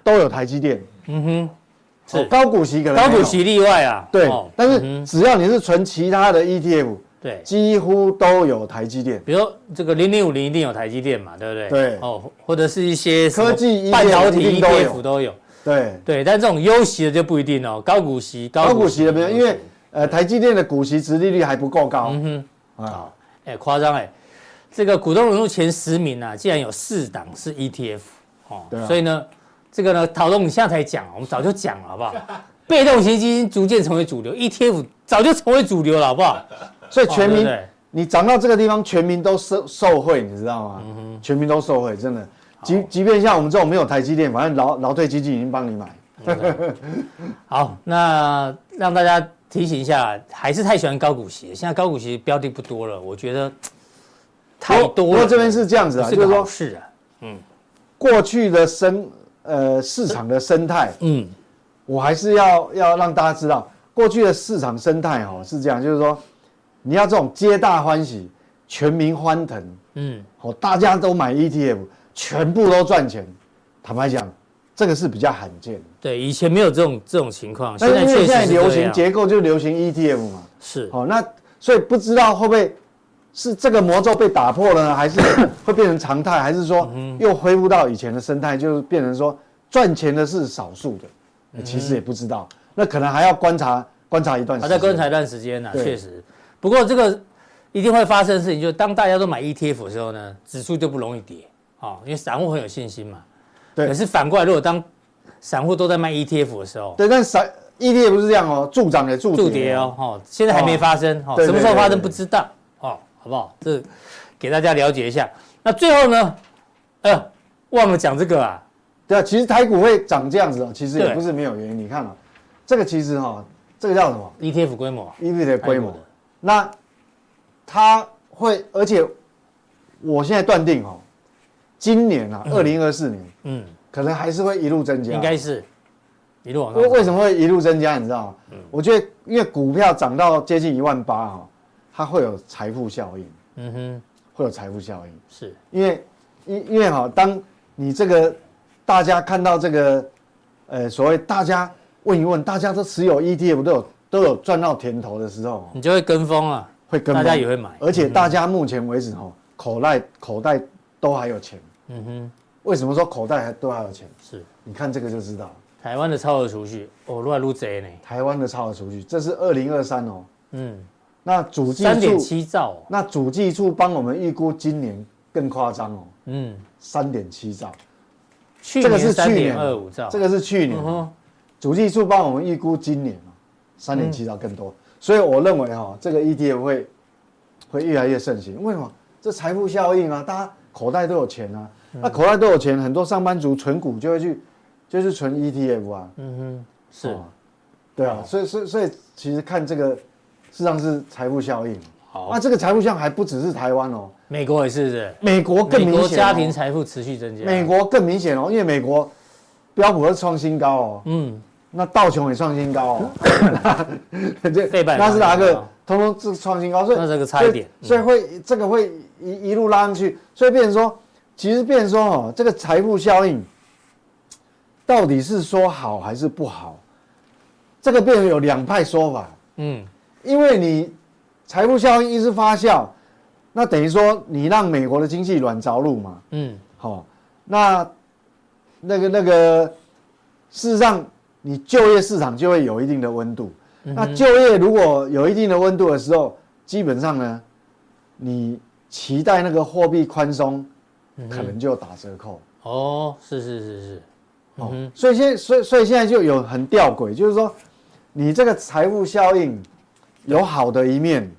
[SPEAKER 3] 都有台积电，
[SPEAKER 2] 嗯哼，是
[SPEAKER 3] 哦高股息可能
[SPEAKER 2] 高
[SPEAKER 3] 没
[SPEAKER 2] 股
[SPEAKER 3] 有
[SPEAKER 2] 息例外啊。
[SPEAKER 3] 对
[SPEAKER 2] 哦，
[SPEAKER 3] 但
[SPEAKER 2] 嗯
[SPEAKER 3] 是
[SPEAKER 2] 哼
[SPEAKER 3] 只要你是存其他的 ETF，
[SPEAKER 2] 对，
[SPEAKER 3] 几乎都有台积电。
[SPEAKER 2] 比如说这个零零五零一定有台积电嘛，对不对？
[SPEAKER 3] 对
[SPEAKER 2] 哦，或者是一些什么
[SPEAKER 3] 科技 ETF
[SPEAKER 2] 半导体
[SPEAKER 3] 一定都有
[SPEAKER 2] ETF 都有。
[SPEAKER 3] 对，
[SPEAKER 2] 对，但这种优息的就不一定哦，高股息、嗯
[SPEAKER 3] 高股息的没有，
[SPEAKER 2] 有，
[SPEAKER 3] 因为呃台积电的股息值利率还不够高
[SPEAKER 2] 嗯哼，
[SPEAKER 3] 啊。
[SPEAKER 2] 哎，夸张哎，这个股东人数前十名啊，竟然有四档是 ETF 哦，
[SPEAKER 3] 对啊
[SPEAKER 2] 所以呢，这个呢，陶董你现在才讲，我们早就讲了，好不好？ 被动型基金逐渐成为主流，ETF 早就成为主流了，好不好？
[SPEAKER 3] 所以
[SPEAKER 2] 哦对
[SPEAKER 3] 全民
[SPEAKER 2] 不对
[SPEAKER 3] 你涨到这个地方，全民都受受惠，你知道吗？
[SPEAKER 2] 嗯
[SPEAKER 3] 全民都受惠，真的。即即便像我们这种没有台积电，反正劳劳退基金已经帮你买。
[SPEAKER 2] 好，那让大家提醒一下，还是太喜欢高股息了，现在高股息标的不多了，我觉得嘖太
[SPEAKER 3] 不过
[SPEAKER 2] 多了。
[SPEAKER 3] 不过这边是这样子啊，
[SPEAKER 2] 不是
[SPEAKER 3] 就
[SPEAKER 2] 个
[SPEAKER 3] 是
[SPEAKER 2] 好
[SPEAKER 3] 说
[SPEAKER 2] 事啊，
[SPEAKER 3] 过去的生呃市场的生态，
[SPEAKER 2] 嗯，
[SPEAKER 3] 我还是要要让大家知道，过去的市场生态哦是这样，就是说你要这种皆大欢喜、全民欢腾，
[SPEAKER 2] 嗯，
[SPEAKER 3] 哦，大家都买 ETF，全部都赚钱。坦白讲，这个是比较罕见的。
[SPEAKER 2] 对，以前没有这种这种情况，
[SPEAKER 3] 但是因
[SPEAKER 2] 确
[SPEAKER 3] 为
[SPEAKER 2] 实
[SPEAKER 3] 现在
[SPEAKER 2] 是这
[SPEAKER 3] 流行
[SPEAKER 2] 样
[SPEAKER 3] 结哦构就流行 ETF 嘛，
[SPEAKER 2] 是
[SPEAKER 3] 好、那所以不知道会不会是这个魔咒被打破了呢，还是会变成常态，还是说
[SPEAKER 2] 嗯
[SPEAKER 3] 又恢复到以前的生态，就是变成说赚钱的是少数
[SPEAKER 2] 嗯
[SPEAKER 3] 的，其实也不知道，那可能还要观察观察一段时
[SPEAKER 2] 还
[SPEAKER 3] 间。
[SPEAKER 2] 在观察一段时间呢、
[SPEAKER 3] 对
[SPEAKER 2] 确实。不过这个一定会发生的事情，就是当大家都买 ETF 的时候呢，指数就不容易跌啊、哦，因为散户很有信心嘛。
[SPEAKER 3] 对
[SPEAKER 2] 可是反过来，如果当散户都在卖 ETF 的时候，
[SPEAKER 3] 对，但是散 ETF 不是这样哦，助涨也助
[SPEAKER 2] 助
[SPEAKER 3] 跌
[SPEAKER 2] 跌哦，，哦，现在还没发生，哦，
[SPEAKER 3] 对
[SPEAKER 2] 什么时候发
[SPEAKER 3] 对对
[SPEAKER 2] 生
[SPEAKER 3] 对
[SPEAKER 2] 不知道，哦，好不好？这给大家了解一下。那最后呢，哎呦，忘了讲这个啊，
[SPEAKER 3] 对啊，其实台股会长这样子哦，其实也
[SPEAKER 2] 对
[SPEAKER 3] 不是没有原因。你看啊，这个其实哈、哦，这个叫什么
[SPEAKER 2] ETF ，E 规模，啊
[SPEAKER 3] ？ETF 的规模
[SPEAKER 2] 台股的，
[SPEAKER 3] 那它会，而且我现在断定哦，今年啊，二零二四年
[SPEAKER 2] 嗯，
[SPEAKER 3] 可能还是会一路增加。
[SPEAKER 2] 应该是一路往上
[SPEAKER 3] 为
[SPEAKER 2] 走。
[SPEAKER 3] 为什么会一路增加？你知道吗？
[SPEAKER 2] 嗯
[SPEAKER 3] 我觉得因为股票涨到接近一万八哦，它会有财富效应，
[SPEAKER 2] 嗯哼，
[SPEAKER 3] 会有财富效应。
[SPEAKER 2] 是，
[SPEAKER 3] 因为因因为哈、当你这个大家看到这个，呃，所谓大家问一问，大家都持有 ETF 都有都有赚到甜头的时候哦，
[SPEAKER 2] 你就会跟风啊，
[SPEAKER 3] 会跟
[SPEAKER 2] 大
[SPEAKER 3] 风呃
[SPEAKER 2] 家也会买
[SPEAKER 3] 而且大家目前为止哈、口袋口袋都还有钱。
[SPEAKER 2] 嗯哼，
[SPEAKER 3] 为什么说口袋还都还有钱？
[SPEAKER 2] 是。
[SPEAKER 3] 你看这个就知道，
[SPEAKER 2] 台湾的超额储蓄，哦，乱撸贼呢，
[SPEAKER 3] 台湾的超额储蓄，这是二零二三哦。
[SPEAKER 2] 嗯，
[SPEAKER 3] 那主计
[SPEAKER 2] 三点
[SPEAKER 3] 处，
[SPEAKER 2] 七兆、哦，
[SPEAKER 3] 那主计处帮我们预估今年更夸张哦，
[SPEAKER 2] 嗯，
[SPEAKER 3] 三点七兆，
[SPEAKER 2] 去
[SPEAKER 3] 这个
[SPEAKER 2] 年
[SPEAKER 3] 是
[SPEAKER 2] 三
[SPEAKER 3] 去年
[SPEAKER 2] 点二五兆，
[SPEAKER 3] 这个是去年
[SPEAKER 2] 嗯
[SPEAKER 3] 哦。
[SPEAKER 2] 哼，
[SPEAKER 3] 主计处帮我们预估今年三点七到更多，所以我认为哈、这个 ETF 会会越来越盛行。为什么？这财富效应啊，大家口袋都有钱啊，那口袋都有钱，很多上班族存股就会去，就是存 ETF 啊，
[SPEAKER 2] 嗯哼，是，
[SPEAKER 3] 哦对啊，所以所以所以其实看这个，事实上是财富效应。啊
[SPEAKER 2] 好
[SPEAKER 3] 那这个财富效应还不只是台湾哦，
[SPEAKER 2] 美国也是是
[SPEAKER 3] 美国
[SPEAKER 2] 不是，
[SPEAKER 3] 更
[SPEAKER 2] 美
[SPEAKER 3] 明显、
[SPEAKER 2] 国
[SPEAKER 3] 哦，
[SPEAKER 2] 家庭财富持续增加，
[SPEAKER 3] 美，国更明显哦，因为美国标普是创新高哦，
[SPEAKER 2] 嗯，
[SPEAKER 3] 那道琼也创新高哦， 这
[SPEAKER 2] 费半也
[SPEAKER 3] 纳斯达
[SPEAKER 2] 创新
[SPEAKER 3] 克
[SPEAKER 2] 高
[SPEAKER 3] 通通是创新高，所以
[SPEAKER 2] 那这个差一点
[SPEAKER 3] 所以所以会这个会一一路拉上去，所以变成说，其实变成说哦，这个财富效应到底是说好还是不好，这个变成有两派说法，
[SPEAKER 2] 嗯，
[SPEAKER 3] 因为你财富效应一直发酵，那等于说你让美国的经济软着陆嘛，
[SPEAKER 2] 嗯，
[SPEAKER 3] 好、那那个那个，事实上你就业市场就会有一定的温度。那就业如果有一定的温度的时候，基本上呢，你期待那个货币宽松，可能就打折扣。
[SPEAKER 2] 哦，是是是是，
[SPEAKER 3] 哦，
[SPEAKER 2] 嗯
[SPEAKER 3] 所以现在所以所以现在就有很吊诡，就是说，你这个财务效应有好的一面，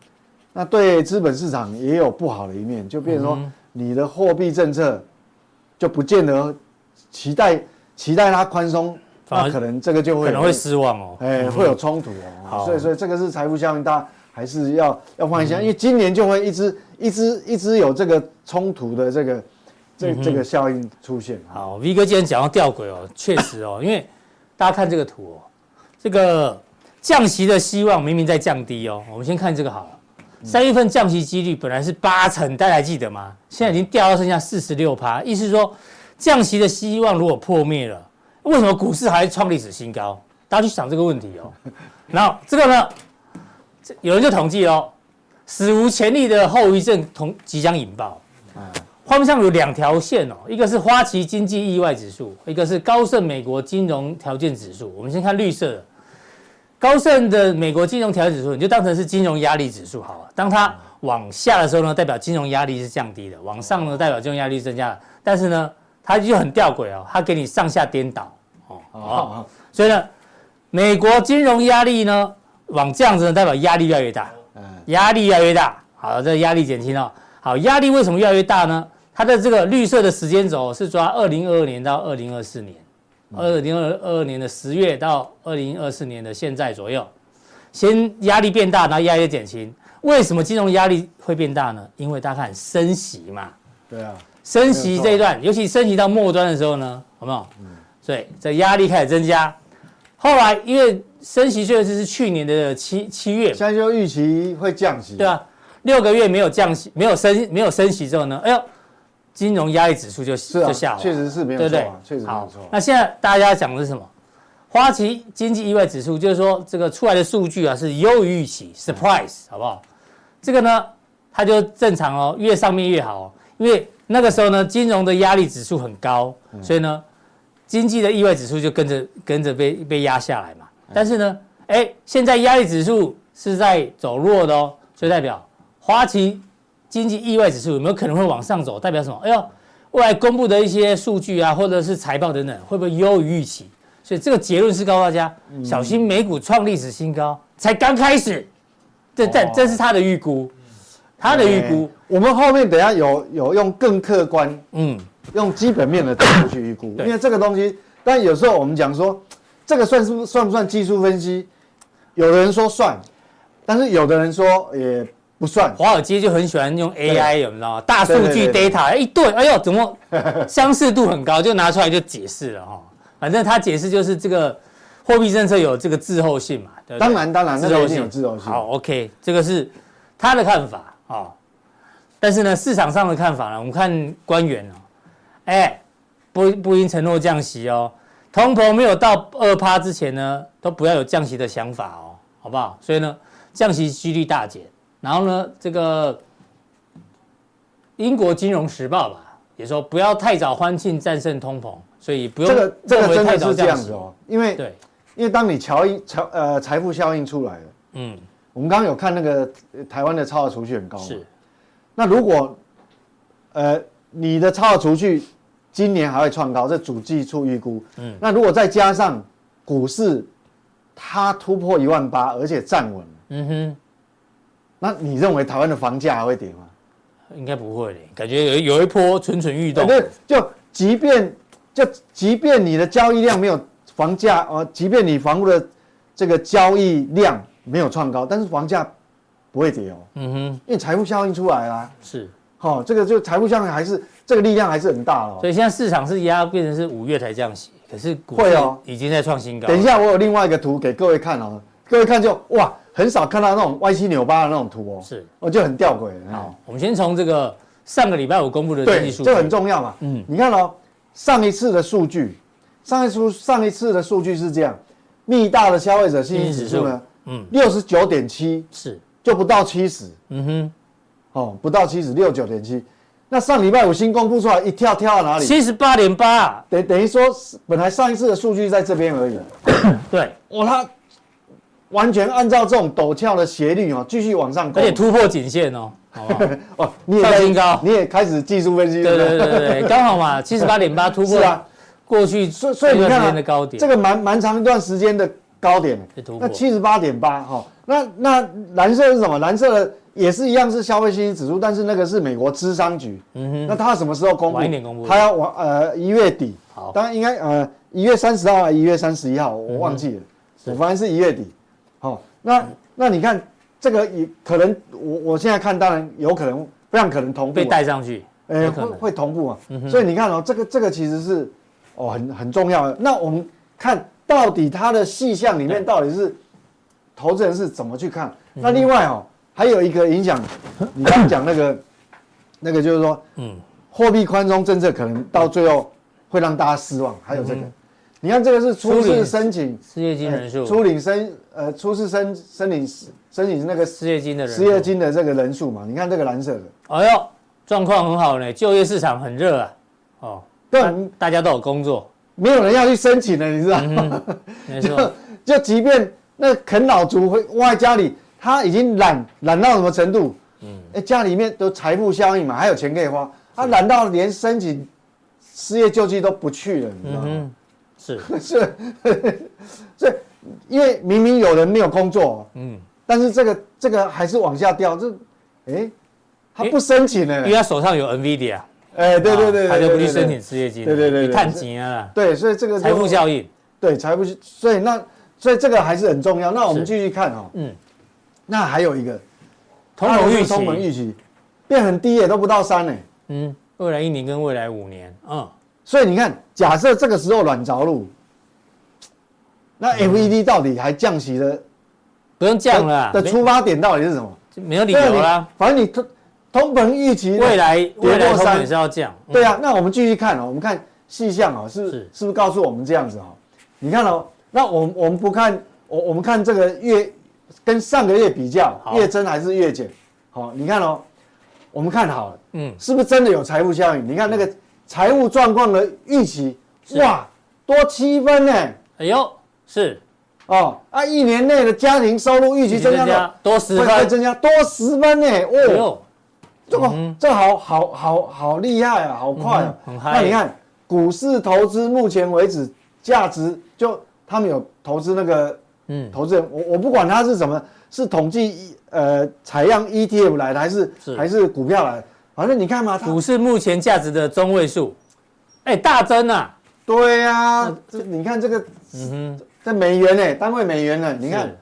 [SPEAKER 3] 那对资本市场也有不好的一面，就变成
[SPEAKER 2] 嗯
[SPEAKER 3] 说你的货币政策就不见得期待期待它宽松，
[SPEAKER 2] 反而
[SPEAKER 3] 那可能这个就会
[SPEAKER 2] 可能会失望哦，
[SPEAKER 3] 哎、会有冲突哦。
[SPEAKER 2] 好嗯
[SPEAKER 3] 所以所以这个是财务效应，大家还是要要放一下，因为今年就会一直一直一直有这个冲突的这个这这个效应出现。啊好
[SPEAKER 2] 嗯好，V 哥今天讲到吊诡哦，确实哦，因为大家看这个图哦，这个降息的希望明明在降低哦。我们先看这个好了，三月份降息几率本来是八成，大家还记得吗？现在已经掉到剩下四十六趴，意思是说降息的希望如果破灭了，为什么股市还创历史新高？大家去想这个问题哦。然后这个呢，这有人就统计哦，史无前例的后遗症同即将引爆。画面上有两条线哦，一个是花旗经济意外指数，一个是高盛美国金融条件指数。我们先看绿色的，高盛的美国金融条件指数，你就当成是金融压力指数好了。当它往下的时候呢，代表金融压力是降低的；往上呢，代表金融压力增加了。但是呢，它就很吊诡哦，它给你上下颠倒哦。
[SPEAKER 3] 好好
[SPEAKER 2] 所以呢，美国金融压力呢往这样子呢，代表压力越来越大，
[SPEAKER 3] 嗯
[SPEAKER 2] 压力越来越大。好，这个压力减轻了。好，压力为什么越来越大呢？它的这个绿色的时间轴是抓二零二二年到二零二四年，二零二二年的十月到二零二四年的现在左右。先压力变大，然后压力减轻。为什么金融压力会变大呢？因为大家看升息嘛，
[SPEAKER 3] 对啊，
[SPEAKER 2] 升息这一段，尤其升息到末端的时候呢，有没有？
[SPEAKER 3] 嗯
[SPEAKER 2] 所以这压力开始增加。后来因为升息确实是去年的七七月嘛，
[SPEAKER 3] 现在就预期会降息，
[SPEAKER 2] 对，啊，六个月没有降息，没有升，没有升息之后呢，哎呦，金融压力指数就、
[SPEAKER 3] 是啊
[SPEAKER 2] 就下滑，，
[SPEAKER 3] 确实是没有
[SPEAKER 2] 对不
[SPEAKER 3] 错
[SPEAKER 2] 对
[SPEAKER 3] 啊，？确实没有
[SPEAKER 2] 好
[SPEAKER 3] 错，啊。
[SPEAKER 2] 那现在大家讲的是什么？花旗经济意外指数，就是说这个出来的数据啊是优于预
[SPEAKER 3] 嗯
[SPEAKER 2] 期，surprise，好不好？这个呢，它就正常哦，越上面越好、哦，因为那个时候呢，金融的压力指数很高，
[SPEAKER 3] 嗯
[SPEAKER 2] 所以呢，经济的意外指数就跟着跟着被被压下来嘛。
[SPEAKER 3] 嗯
[SPEAKER 2] 但是呢，哎，现在压力指数是在走弱的哦，所以代表花旗经济意外指数有没有可能会往上走？代表什么？哎呦，未来公布的一些数据啊，或者是财报等等，会不会优于预期？所以这个结论是告诉大家，小心美股创历史新高，才刚开始。这这
[SPEAKER 3] 哦
[SPEAKER 2] 这是他的预估，他的预估，
[SPEAKER 3] 哎我们后面等一下有有用更客观、
[SPEAKER 2] 嗯，
[SPEAKER 3] 用基本面的角度去预估，因
[SPEAKER 2] 对
[SPEAKER 3] 为这个东西，但有时候我们讲说，这个算是算不算技术分析？有的人说算，但是有的人说也不算。
[SPEAKER 2] 华尔街就很喜欢用 AI，有没有知道吗？大数据
[SPEAKER 3] 对对
[SPEAKER 2] data 一对，哎呦，怎 么相似度很高，就拿出来就解释了哈。反正他解释就是这个货币政策有这个滞后性嘛，对不对
[SPEAKER 3] 当然，当然，那
[SPEAKER 2] 滞
[SPEAKER 3] 个
[SPEAKER 2] 后
[SPEAKER 3] 一定有
[SPEAKER 2] 性，
[SPEAKER 3] 自由性。
[SPEAKER 2] 好，OK，这个是他的看法啊、哦。但是呢，市场上的看法呢，我们看官员哦，哎，不不应承诺降息哦，通膨没有到二趴之前呢，都不要有降息的想法哦，好不好？所以呢，降息几率大减。然后呢，这个英国金融时报吧也说，不要太早欢庆战胜通膨，所以不用
[SPEAKER 3] 这个这
[SPEAKER 2] 认
[SPEAKER 3] 个
[SPEAKER 2] 为
[SPEAKER 3] 真
[SPEAKER 2] 太
[SPEAKER 3] 的
[SPEAKER 2] 早
[SPEAKER 3] 是这
[SPEAKER 2] 降
[SPEAKER 3] 样
[SPEAKER 2] 息
[SPEAKER 3] 子。哦，因为
[SPEAKER 2] 对，
[SPEAKER 3] 因为当你乔一乔呃财富效应出来了，
[SPEAKER 2] 嗯，
[SPEAKER 3] 我们刚刚有看那个呃台湾的超额储蓄很高嘛，
[SPEAKER 2] 是。
[SPEAKER 3] 那如果呃你的超额储蓄今年还会创高，这主计处预估，嗯，那如果再加上股市它突破一万八，而且站稳，
[SPEAKER 2] 嗯哼。
[SPEAKER 3] 那你认为台湾的房价还会跌吗？
[SPEAKER 2] 应该不会的，感觉有有一波蠢蠢欲动。
[SPEAKER 3] 哎对，就即便就即便你的交易量没有房价呃，即便你房屋的这个交易量没有创高，但是房价不会跌哦，
[SPEAKER 2] 嗯哼，
[SPEAKER 3] 因为财富效应出来啦、
[SPEAKER 2] 是。
[SPEAKER 3] 好、这个就财富效应还是这个力量还是很大哦
[SPEAKER 2] 所。以现在市场是压变成是五月才降息，可是股市
[SPEAKER 3] 会哦
[SPEAKER 2] 已经在创新高。
[SPEAKER 3] 等一，下，我有另外一个图给各位看哦，各位看就哇，很少看到那种歪七扭八的那种图哦，
[SPEAKER 2] 是
[SPEAKER 3] 哦，就很吊诡。
[SPEAKER 2] 好，我们先从这个上个礼拜五公布的经济
[SPEAKER 3] 对，
[SPEAKER 2] 数据，
[SPEAKER 3] 这个很重要嘛。
[SPEAKER 2] 嗯
[SPEAKER 3] 嗯，你看哦，上一次的数据，上一次上一次的数据是这样，密大的消费者信心指数呢，
[SPEAKER 2] 嗯，
[SPEAKER 3] 六十九点七，
[SPEAKER 2] 是，
[SPEAKER 3] 就不到七十
[SPEAKER 2] 嗯哼，
[SPEAKER 3] 哦，不到七十六九点七。那上礼拜五新公布出来，一跳跳到哪里？
[SPEAKER 2] 七十八点八，啊
[SPEAKER 3] 等等于说，本来上一次的数据在这边而已。
[SPEAKER 2] 对，
[SPEAKER 3] 哇，它完全按照这种陡峭的斜率哦，继续往上
[SPEAKER 2] 而
[SPEAKER 3] 攻。
[SPEAKER 2] 且突破颈线哦，好不 好？
[SPEAKER 3] 哦，你也在
[SPEAKER 2] 创新高
[SPEAKER 3] 你也开始技术分析。
[SPEAKER 2] 对
[SPEAKER 3] 是
[SPEAKER 2] 对
[SPEAKER 3] 不
[SPEAKER 2] 对对 对，刚好嘛，七十八点八突
[SPEAKER 3] 是，
[SPEAKER 2] 破
[SPEAKER 3] 是啊，
[SPEAKER 2] 过去
[SPEAKER 3] 所以所以
[SPEAKER 2] 这
[SPEAKER 3] 你
[SPEAKER 2] 段时
[SPEAKER 3] 看
[SPEAKER 2] 间
[SPEAKER 3] 啊
[SPEAKER 2] 的高点，
[SPEAKER 3] 这个蛮蛮长一段时间的高点
[SPEAKER 2] 被突，破
[SPEAKER 3] 那七十八点八哈，那那蓝色是什么？蓝色的也是一样是消费信心指数，但是那个是美国智商局，
[SPEAKER 2] 嗯
[SPEAKER 3] 那
[SPEAKER 2] 哼，
[SPEAKER 3] 它什么时候公布？
[SPEAKER 2] 晚一点公布
[SPEAKER 3] 它要往呃一月底，
[SPEAKER 2] 好
[SPEAKER 3] 当然应该呃一月三十号还是一月三十一号，我忘
[SPEAKER 2] 嗯
[SPEAKER 3] 记了，我反正是一月底。好、那那你看这个也可能，我我现在看当然有可能，非常可能同步啊、
[SPEAKER 2] 被带上去，
[SPEAKER 3] 呃
[SPEAKER 2] 有可
[SPEAKER 3] 会
[SPEAKER 2] 能嗯
[SPEAKER 3] 会同步啊。所以你看哦，这个这个其实是哦很很重要的。那我们看到底它的细项里面
[SPEAKER 2] 对嗯
[SPEAKER 3] 到底是投资人是怎么去看？那另外哦，还有一个 影响，你刚刚讲那个那个就是说。
[SPEAKER 2] 嗯，
[SPEAKER 3] 货币宽松政策可能到最后会让大家失望。还有这个，你看这个是初
[SPEAKER 2] 初领
[SPEAKER 3] 次申请哎
[SPEAKER 2] 失业嗯金人数，
[SPEAKER 3] 初领申呃初次申申领申领那个
[SPEAKER 2] 失业金的人数，
[SPEAKER 3] 失业金的这个人数嘛，你看这个蓝色的，
[SPEAKER 2] 哎呦，状况很好呢，就业市场很热啊，哦，
[SPEAKER 3] 对，
[SPEAKER 2] 大家都有工作，
[SPEAKER 3] 没有人要去申请了，你知道吗？
[SPEAKER 2] 没
[SPEAKER 3] 就
[SPEAKER 2] 错，
[SPEAKER 3] 就即便那啃老族会窝在家里，他已经懒懒到什么程度？嗯，哎，家里面都财富效应嘛，还有钱可以花，他懒到连申请失业救济都不去了，你知道吗？
[SPEAKER 2] 嗯，是，
[SPEAKER 3] 是，所以因为明明有人没有工作，
[SPEAKER 2] 嗯，
[SPEAKER 3] 但是这个这个还是往下掉，这，哎，他
[SPEAKER 2] 因
[SPEAKER 3] 不申请了
[SPEAKER 2] 因为，他手上有 NVIDIA，啊
[SPEAKER 3] 哎，对对对，
[SPEAKER 2] 啊他就
[SPEAKER 3] 对
[SPEAKER 2] 不去
[SPEAKER 3] 对对
[SPEAKER 2] 申请失业金了，
[SPEAKER 3] 对对对对
[SPEAKER 2] 你探钱啊啦，
[SPEAKER 3] 对，所以这个就
[SPEAKER 2] 财富效应，
[SPEAKER 3] 对财富，所以那所以这个还是很重要。那我们
[SPEAKER 2] 是
[SPEAKER 3] 继续看哦，
[SPEAKER 2] 嗯，
[SPEAKER 3] 那还有一个
[SPEAKER 2] 同盟预
[SPEAKER 3] 通膨
[SPEAKER 2] 期，
[SPEAKER 3] 预期变很低也都不到三呢。
[SPEAKER 2] 嗯，未来一年跟未来五年，嗯，
[SPEAKER 3] 所以你看，假设这个时候软着陆，那 FED 到底还降息的
[SPEAKER 2] 不用嗯降了啊
[SPEAKER 3] 的出发点到底是什么？
[SPEAKER 2] 没没有理由
[SPEAKER 3] 对
[SPEAKER 2] 啦
[SPEAKER 3] 你。反正你通通膨预期的
[SPEAKER 2] 未来
[SPEAKER 3] 过
[SPEAKER 2] 未来通
[SPEAKER 3] 三
[SPEAKER 2] 膨是要降，嗯
[SPEAKER 3] 对啊，那我们继续看哦，我们看细项哦，是
[SPEAKER 2] 是
[SPEAKER 3] 是不是告诉我们这样子哦？你看哦，那我们我们不看，我我们看这个月跟上个月比较，
[SPEAKER 2] 好
[SPEAKER 3] 月增还是月减？好、你看哦，我们看好了，
[SPEAKER 2] 嗯，
[SPEAKER 3] 是不是真的有财务效应？你看那个财务状况的预期，
[SPEAKER 2] 是
[SPEAKER 3] 哇，多七分呢！
[SPEAKER 2] 哎呦，是
[SPEAKER 3] 哦，啊，一年内的家庭收入预期增加了，
[SPEAKER 2] 多十
[SPEAKER 3] 会会
[SPEAKER 2] 分，
[SPEAKER 3] 增加多十分呢！
[SPEAKER 2] 哎
[SPEAKER 3] 哦，
[SPEAKER 2] 呦，
[SPEAKER 3] 这个、
[SPEAKER 2] 嗯
[SPEAKER 3] 这好好好好厉害啊，好快啊！
[SPEAKER 2] 嗯哼很嗨
[SPEAKER 3] 那你看股市投资，目前为止价值就他们有投资那个
[SPEAKER 2] 嗯，
[SPEAKER 3] 投资人，我我不管他是什么，是统计呃采样 ETF 来的，还是
[SPEAKER 2] 是
[SPEAKER 3] 还是股票来的，反正你看嘛，它
[SPEAKER 2] 股市目前价值的中位数，哎，大增啊，
[SPEAKER 3] 对呀、啊，这你看这个
[SPEAKER 2] 嗯哼，
[SPEAKER 3] 这美元呢、欸单位美元呢、你看
[SPEAKER 2] 是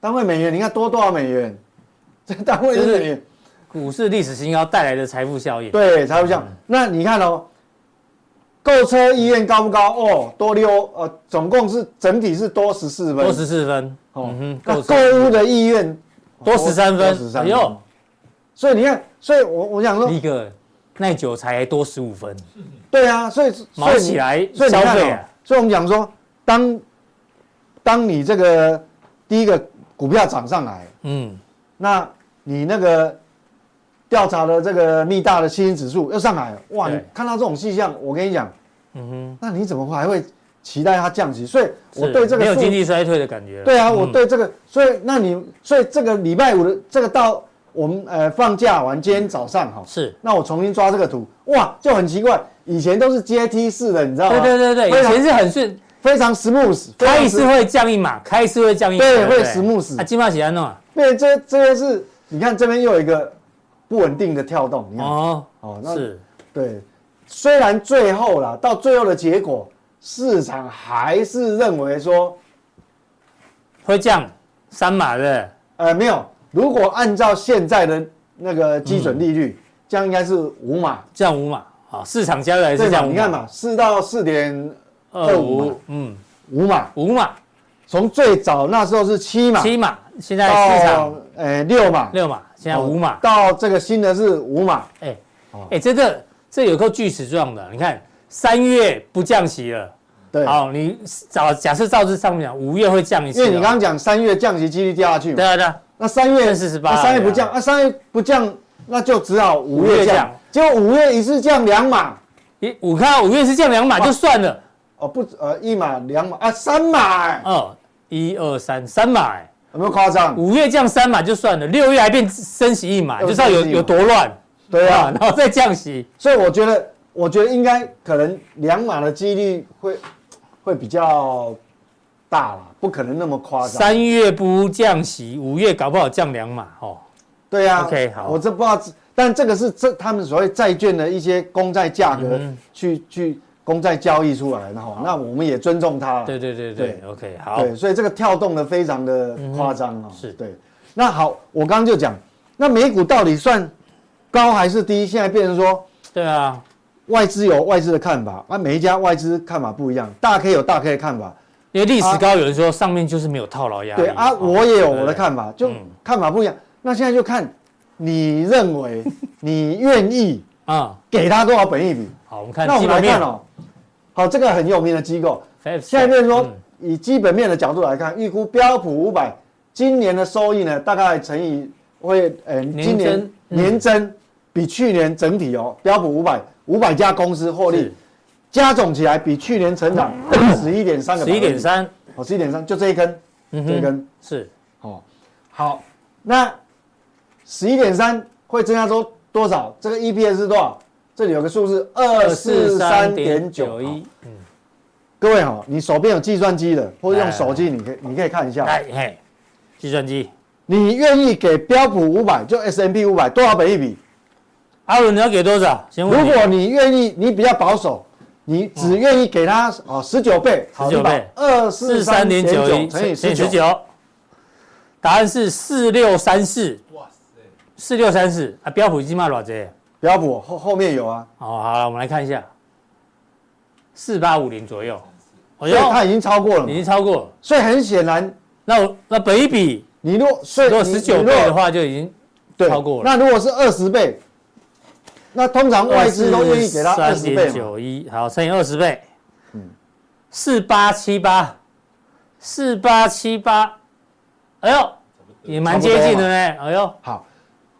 [SPEAKER 3] 单位美元，你看多多少美元？ 这单位
[SPEAKER 2] 就是是
[SPEAKER 3] 美元。
[SPEAKER 2] 股市历史新高带来的财富效应，
[SPEAKER 3] 对，财务项。那你看哦，购车意愿高不高？哦，多六呃，总共是整体是多十四分。
[SPEAKER 2] 多十四分，
[SPEAKER 3] 哦
[SPEAKER 2] 嗯哼，，
[SPEAKER 3] 那
[SPEAKER 2] 够
[SPEAKER 3] 购物的意愿
[SPEAKER 2] 多13分
[SPEAKER 3] 多13
[SPEAKER 2] 哎呦
[SPEAKER 3] 所以你看，所以我我想说，
[SPEAKER 2] 一个耐久才多十五分，
[SPEAKER 3] 对啊，所以所
[SPEAKER 2] 毛
[SPEAKER 3] 以
[SPEAKER 2] 起
[SPEAKER 3] 你
[SPEAKER 2] 来
[SPEAKER 3] 所以你
[SPEAKER 2] 消
[SPEAKER 3] 看
[SPEAKER 2] 费
[SPEAKER 3] 哦
[SPEAKER 2] 啊，
[SPEAKER 3] 所以我们讲说，当当你这个第一个股票涨上来，
[SPEAKER 2] 嗯，
[SPEAKER 3] 那你那个调查的这个密大的信心指数又上来了，哇！
[SPEAKER 2] 对
[SPEAKER 3] 你看到这种迹象，我跟你讲，
[SPEAKER 2] 嗯哼，
[SPEAKER 3] 那你怎么还会期待它降息？所以我
[SPEAKER 2] 是
[SPEAKER 3] 对这
[SPEAKER 2] 没
[SPEAKER 3] 个
[SPEAKER 2] 有
[SPEAKER 3] 数
[SPEAKER 2] 经济衰退的感觉了，
[SPEAKER 3] 对啊，我
[SPEAKER 2] 嗯
[SPEAKER 3] 对这个，所以那你所以这个礼拜五的这个到我们呃放假完今天早上哈，
[SPEAKER 2] 是，
[SPEAKER 3] 那我重新抓这个图，哇，就很奇怪，以前都是阶梯式的，你知道吗？
[SPEAKER 2] 对对对对，
[SPEAKER 3] 哦非
[SPEAKER 2] 以
[SPEAKER 3] 常
[SPEAKER 2] 前是很顺，
[SPEAKER 3] 非常 smooth，非常
[SPEAKER 2] 开一次
[SPEAKER 3] smooth
[SPEAKER 2] 会降一码，开一次会降一码，
[SPEAKER 3] 对
[SPEAKER 2] 不
[SPEAKER 3] 会死木死
[SPEAKER 2] 啊，金马喜安弄啊，
[SPEAKER 3] 对这这边是，你看这边又有一个不稳定的跳动，你看哦
[SPEAKER 2] 哦，
[SPEAKER 3] 那
[SPEAKER 2] 是，
[SPEAKER 3] 对，虽然最后啦，到最后的结果，市场还是认为说。
[SPEAKER 2] 会降三码的，
[SPEAKER 3] 呃，没有，如果按照现在的那个基
[SPEAKER 2] 嗯
[SPEAKER 3] 准利率，这样应该是五码，
[SPEAKER 2] 降五码，好，市场交易还
[SPEAKER 3] 对
[SPEAKER 2] 是
[SPEAKER 3] 吧？
[SPEAKER 2] 降五
[SPEAKER 3] 你看嘛，四到四点
[SPEAKER 2] 二
[SPEAKER 3] 25
[SPEAKER 2] 五
[SPEAKER 3] 嘛，
[SPEAKER 2] 嗯，
[SPEAKER 3] 五码，
[SPEAKER 2] 五码
[SPEAKER 3] 从最早那时候是七码，
[SPEAKER 2] 七码，现在市
[SPEAKER 3] 到
[SPEAKER 2] 场
[SPEAKER 3] 呃六码，
[SPEAKER 2] 六码，现在啊五码，
[SPEAKER 3] 哦到这个新的是五码，
[SPEAKER 2] 哎
[SPEAKER 3] 哦
[SPEAKER 2] 哎，这个这有够锯齿状的，你看三月不降息了，
[SPEAKER 3] 对，
[SPEAKER 2] 好，你早假设照这上面讲，五月会降一
[SPEAKER 3] 因
[SPEAKER 2] 次哦，
[SPEAKER 3] 为你刚刚讲三月降息几率掉下去嘛
[SPEAKER 2] 对，啊对啊，
[SPEAKER 3] 那三月
[SPEAKER 2] 剩48
[SPEAKER 3] 那三月
[SPEAKER 2] 了呀
[SPEAKER 3] 不降，那三月不降，那就只好五
[SPEAKER 2] 五月
[SPEAKER 3] 月
[SPEAKER 2] 降
[SPEAKER 3] 降，结果五月一次降两码，
[SPEAKER 2] 一五看到五月是降两码就算了，
[SPEAKER 3] 哦不，呃一码两码啊三码、欸，
[SPEAKER 2] 哦，一二三三码哎。
[SPEAKER 3] 有没有夸张？
[SPEAKER 2] 五月降三码就算了，六月还变升息一码，就
[SPEAKER 3] 又
[SPEAKER 2] 知道
[SPEAKER 3] 升息一
[SPEAKER 2] 有有
[SPEAKER 3] 码
[SPEAKER 2] 多乱，
[SPEAKER 3] 对啊
[SPEAKER 2] 啊，，然后再降息，
[SPEAKER 3] 所以我觉得，我觉得应该可能两码的几率会会比较大啦，不可能那么夸张。
[SPEAKER 2] 三月不降息，五月搞不好降两码哦。
[SPEAKER 3] 对啊
[SPEAKER 2] OK，好
[SPEAKER 3] 我这不知道，但这个是这他们所谓债券的一些公债价格
[SPEAKER 2] 嗯
[SPEAKER 3] 去、去公债交易出来的哈，那我们也尊重它啦。
[SPEAKER 2] 对对对对
[SPEAKER 3] 对
[SPEAKER 2] o k 好，嗯
[SPEAKER 3] 对，所以这个跳动的非常的夸张哦。
[SPEAKER 2] 是
[SPEAKER 3] 对。那好，我刚刚就讲，那美股到底算高还是低？现在变成说
[SPEAKER 2] 对啊，
[SPEAKER 3] 外资有外资的看法，啊，每一家外资看法不一样，大 K 有大 K 的看法。
[SPEAKER 2] 因为历史高，有人说上面就是没有套牢压力。
[SPEAKER 3] 对啊，
[SPEAKER 2] 哦
[SPEAKER 3] 我也有我的
[SPEAKER 2] 对
[SPEAKER 3] 看法，就
[SPEAKER 2] 嗯
[SPEAKER 3] 看法不一样。那现在就看你认 为你愿意
[SPEAKER 2] 啊、
[SPEAKER 3] 给他多少本益比。
[SPEAKER 2] 好，我们看
[SPEAKER 3] 那我
[SPEAKER 2] 基
[SPEAKER 3] 们
[SPEAKER 2] 本
[SPEAKER 3] 来
[SPEAKER 2] 面
[SPEAKER 3] 看，哦，好，这个很有名的机构，
[SPEAKER 2] 现
[SPEAKER 3] 现在就是说
[SPEAKER 2] 嗯
[SPEAKER 3] 以基本面的角度来看，预估标普五百今年的收益呢，大概乘以会，呃，今年
[SPEAKER 2] 增嗯
[SPEAKER 3] 年增比去年整体哦，标普五百五百家公司获利
[SPEAKER 2] 是嗯
[SPEAKER 3] 加总起来比去年成长十一点三个，
[SPEAKER 2] 十一点，三，
[SPEAKER 3] 哦，十一点三，就这一根，
[SPEAKER 2] 嗯
[SPEAKER 3] 这一根。
[SPEAKER 2] 是
[SPEAKER 3] 哦，好，那十一点三会增加多多少？这个 EPS 是多少？这里有个数字二四三点九一。，
[SPEAKER 2] 嗯，
[SPEAKER 3] 各位哈、哦，你手边有计算机的，或者
[SPEAKER 2] 来
[SPEAKER 3] 用手机，你可
[SPEAKER 2] 哎
[SPEAKER 3] 以你可以看一下，
[SPEAKER 2] 来嘿，计算机，
[SPEAKER 3] 你愿意给标普五百就 S M P 五百多少本一比？
[SPEAKER 2] 阿伦你要给多少？先
[SPEAKER 3] 如
[SPEAKER 2] 问你
[SPEAKER 3] 果你愿意，你比较保守，你只愿意给它哦十九倍，好
[SPEAKER 2] 19倍
[SPEAKER 3] 二四
[SPEAKER 2] 四
[SPEAKER 3] 三
[SPEAKER 2] 三点
[SPEAKER 3] 点
[SPEAKER 2] 九
[SPEAKER 3] 九
[SPEAKER 2] 一
[SPEAKER 3] 乘以
[SPEAKER 2] 乘
[SPEAKER 3] 十
[SPEAKER 2] 以十
[SPEAKER 3] 九，
[SPEAKER 2] 九，答案是四六三四
[SPEAKER 5] 哇塞，
[SPEAKER 2] 四六三四啊，标普已经卖多少钱？
[SPEAKER 3] 不要补后后面有啊，
[SPEAKER 2] 哦，好了，我们来看一下，四八五零左右，哎
[SPEAKER 3] 所以
[SPEAKER 2] 呦，
[SPEAKER 3] 它已经超过了嘛
[SPEAKER 2] 已，经超过了。
[SPEAKER 3] 所以很显然，
[SPEAKER 2] 那我那本一比
[SPEAKER 3] 你若所以
[SPEAKER 2] 如果
[SPEAKER 3] 你
[SPEAKER 2] 十九
[SPEAKER 3] 你
[SPEAKER 2] 倍
[SPEAKER 3] 若
[SPEAKER 2] 的话，就已经
[SPEAKER 3] 对
[SPEAKER 2] 超过了
[SPEAKER 3] 那如果是二十倍，那通常外资都愿意给它二十倍
[SPEAKER 2] 点
[SPEAKER 3] 嘛，嗯
[SPEAKER 2] 九一，好，乘以二十倍，四八七八，四八七八，哎呦，也蛮接近的呢。哎呦，
[SPEAKER 3] 好，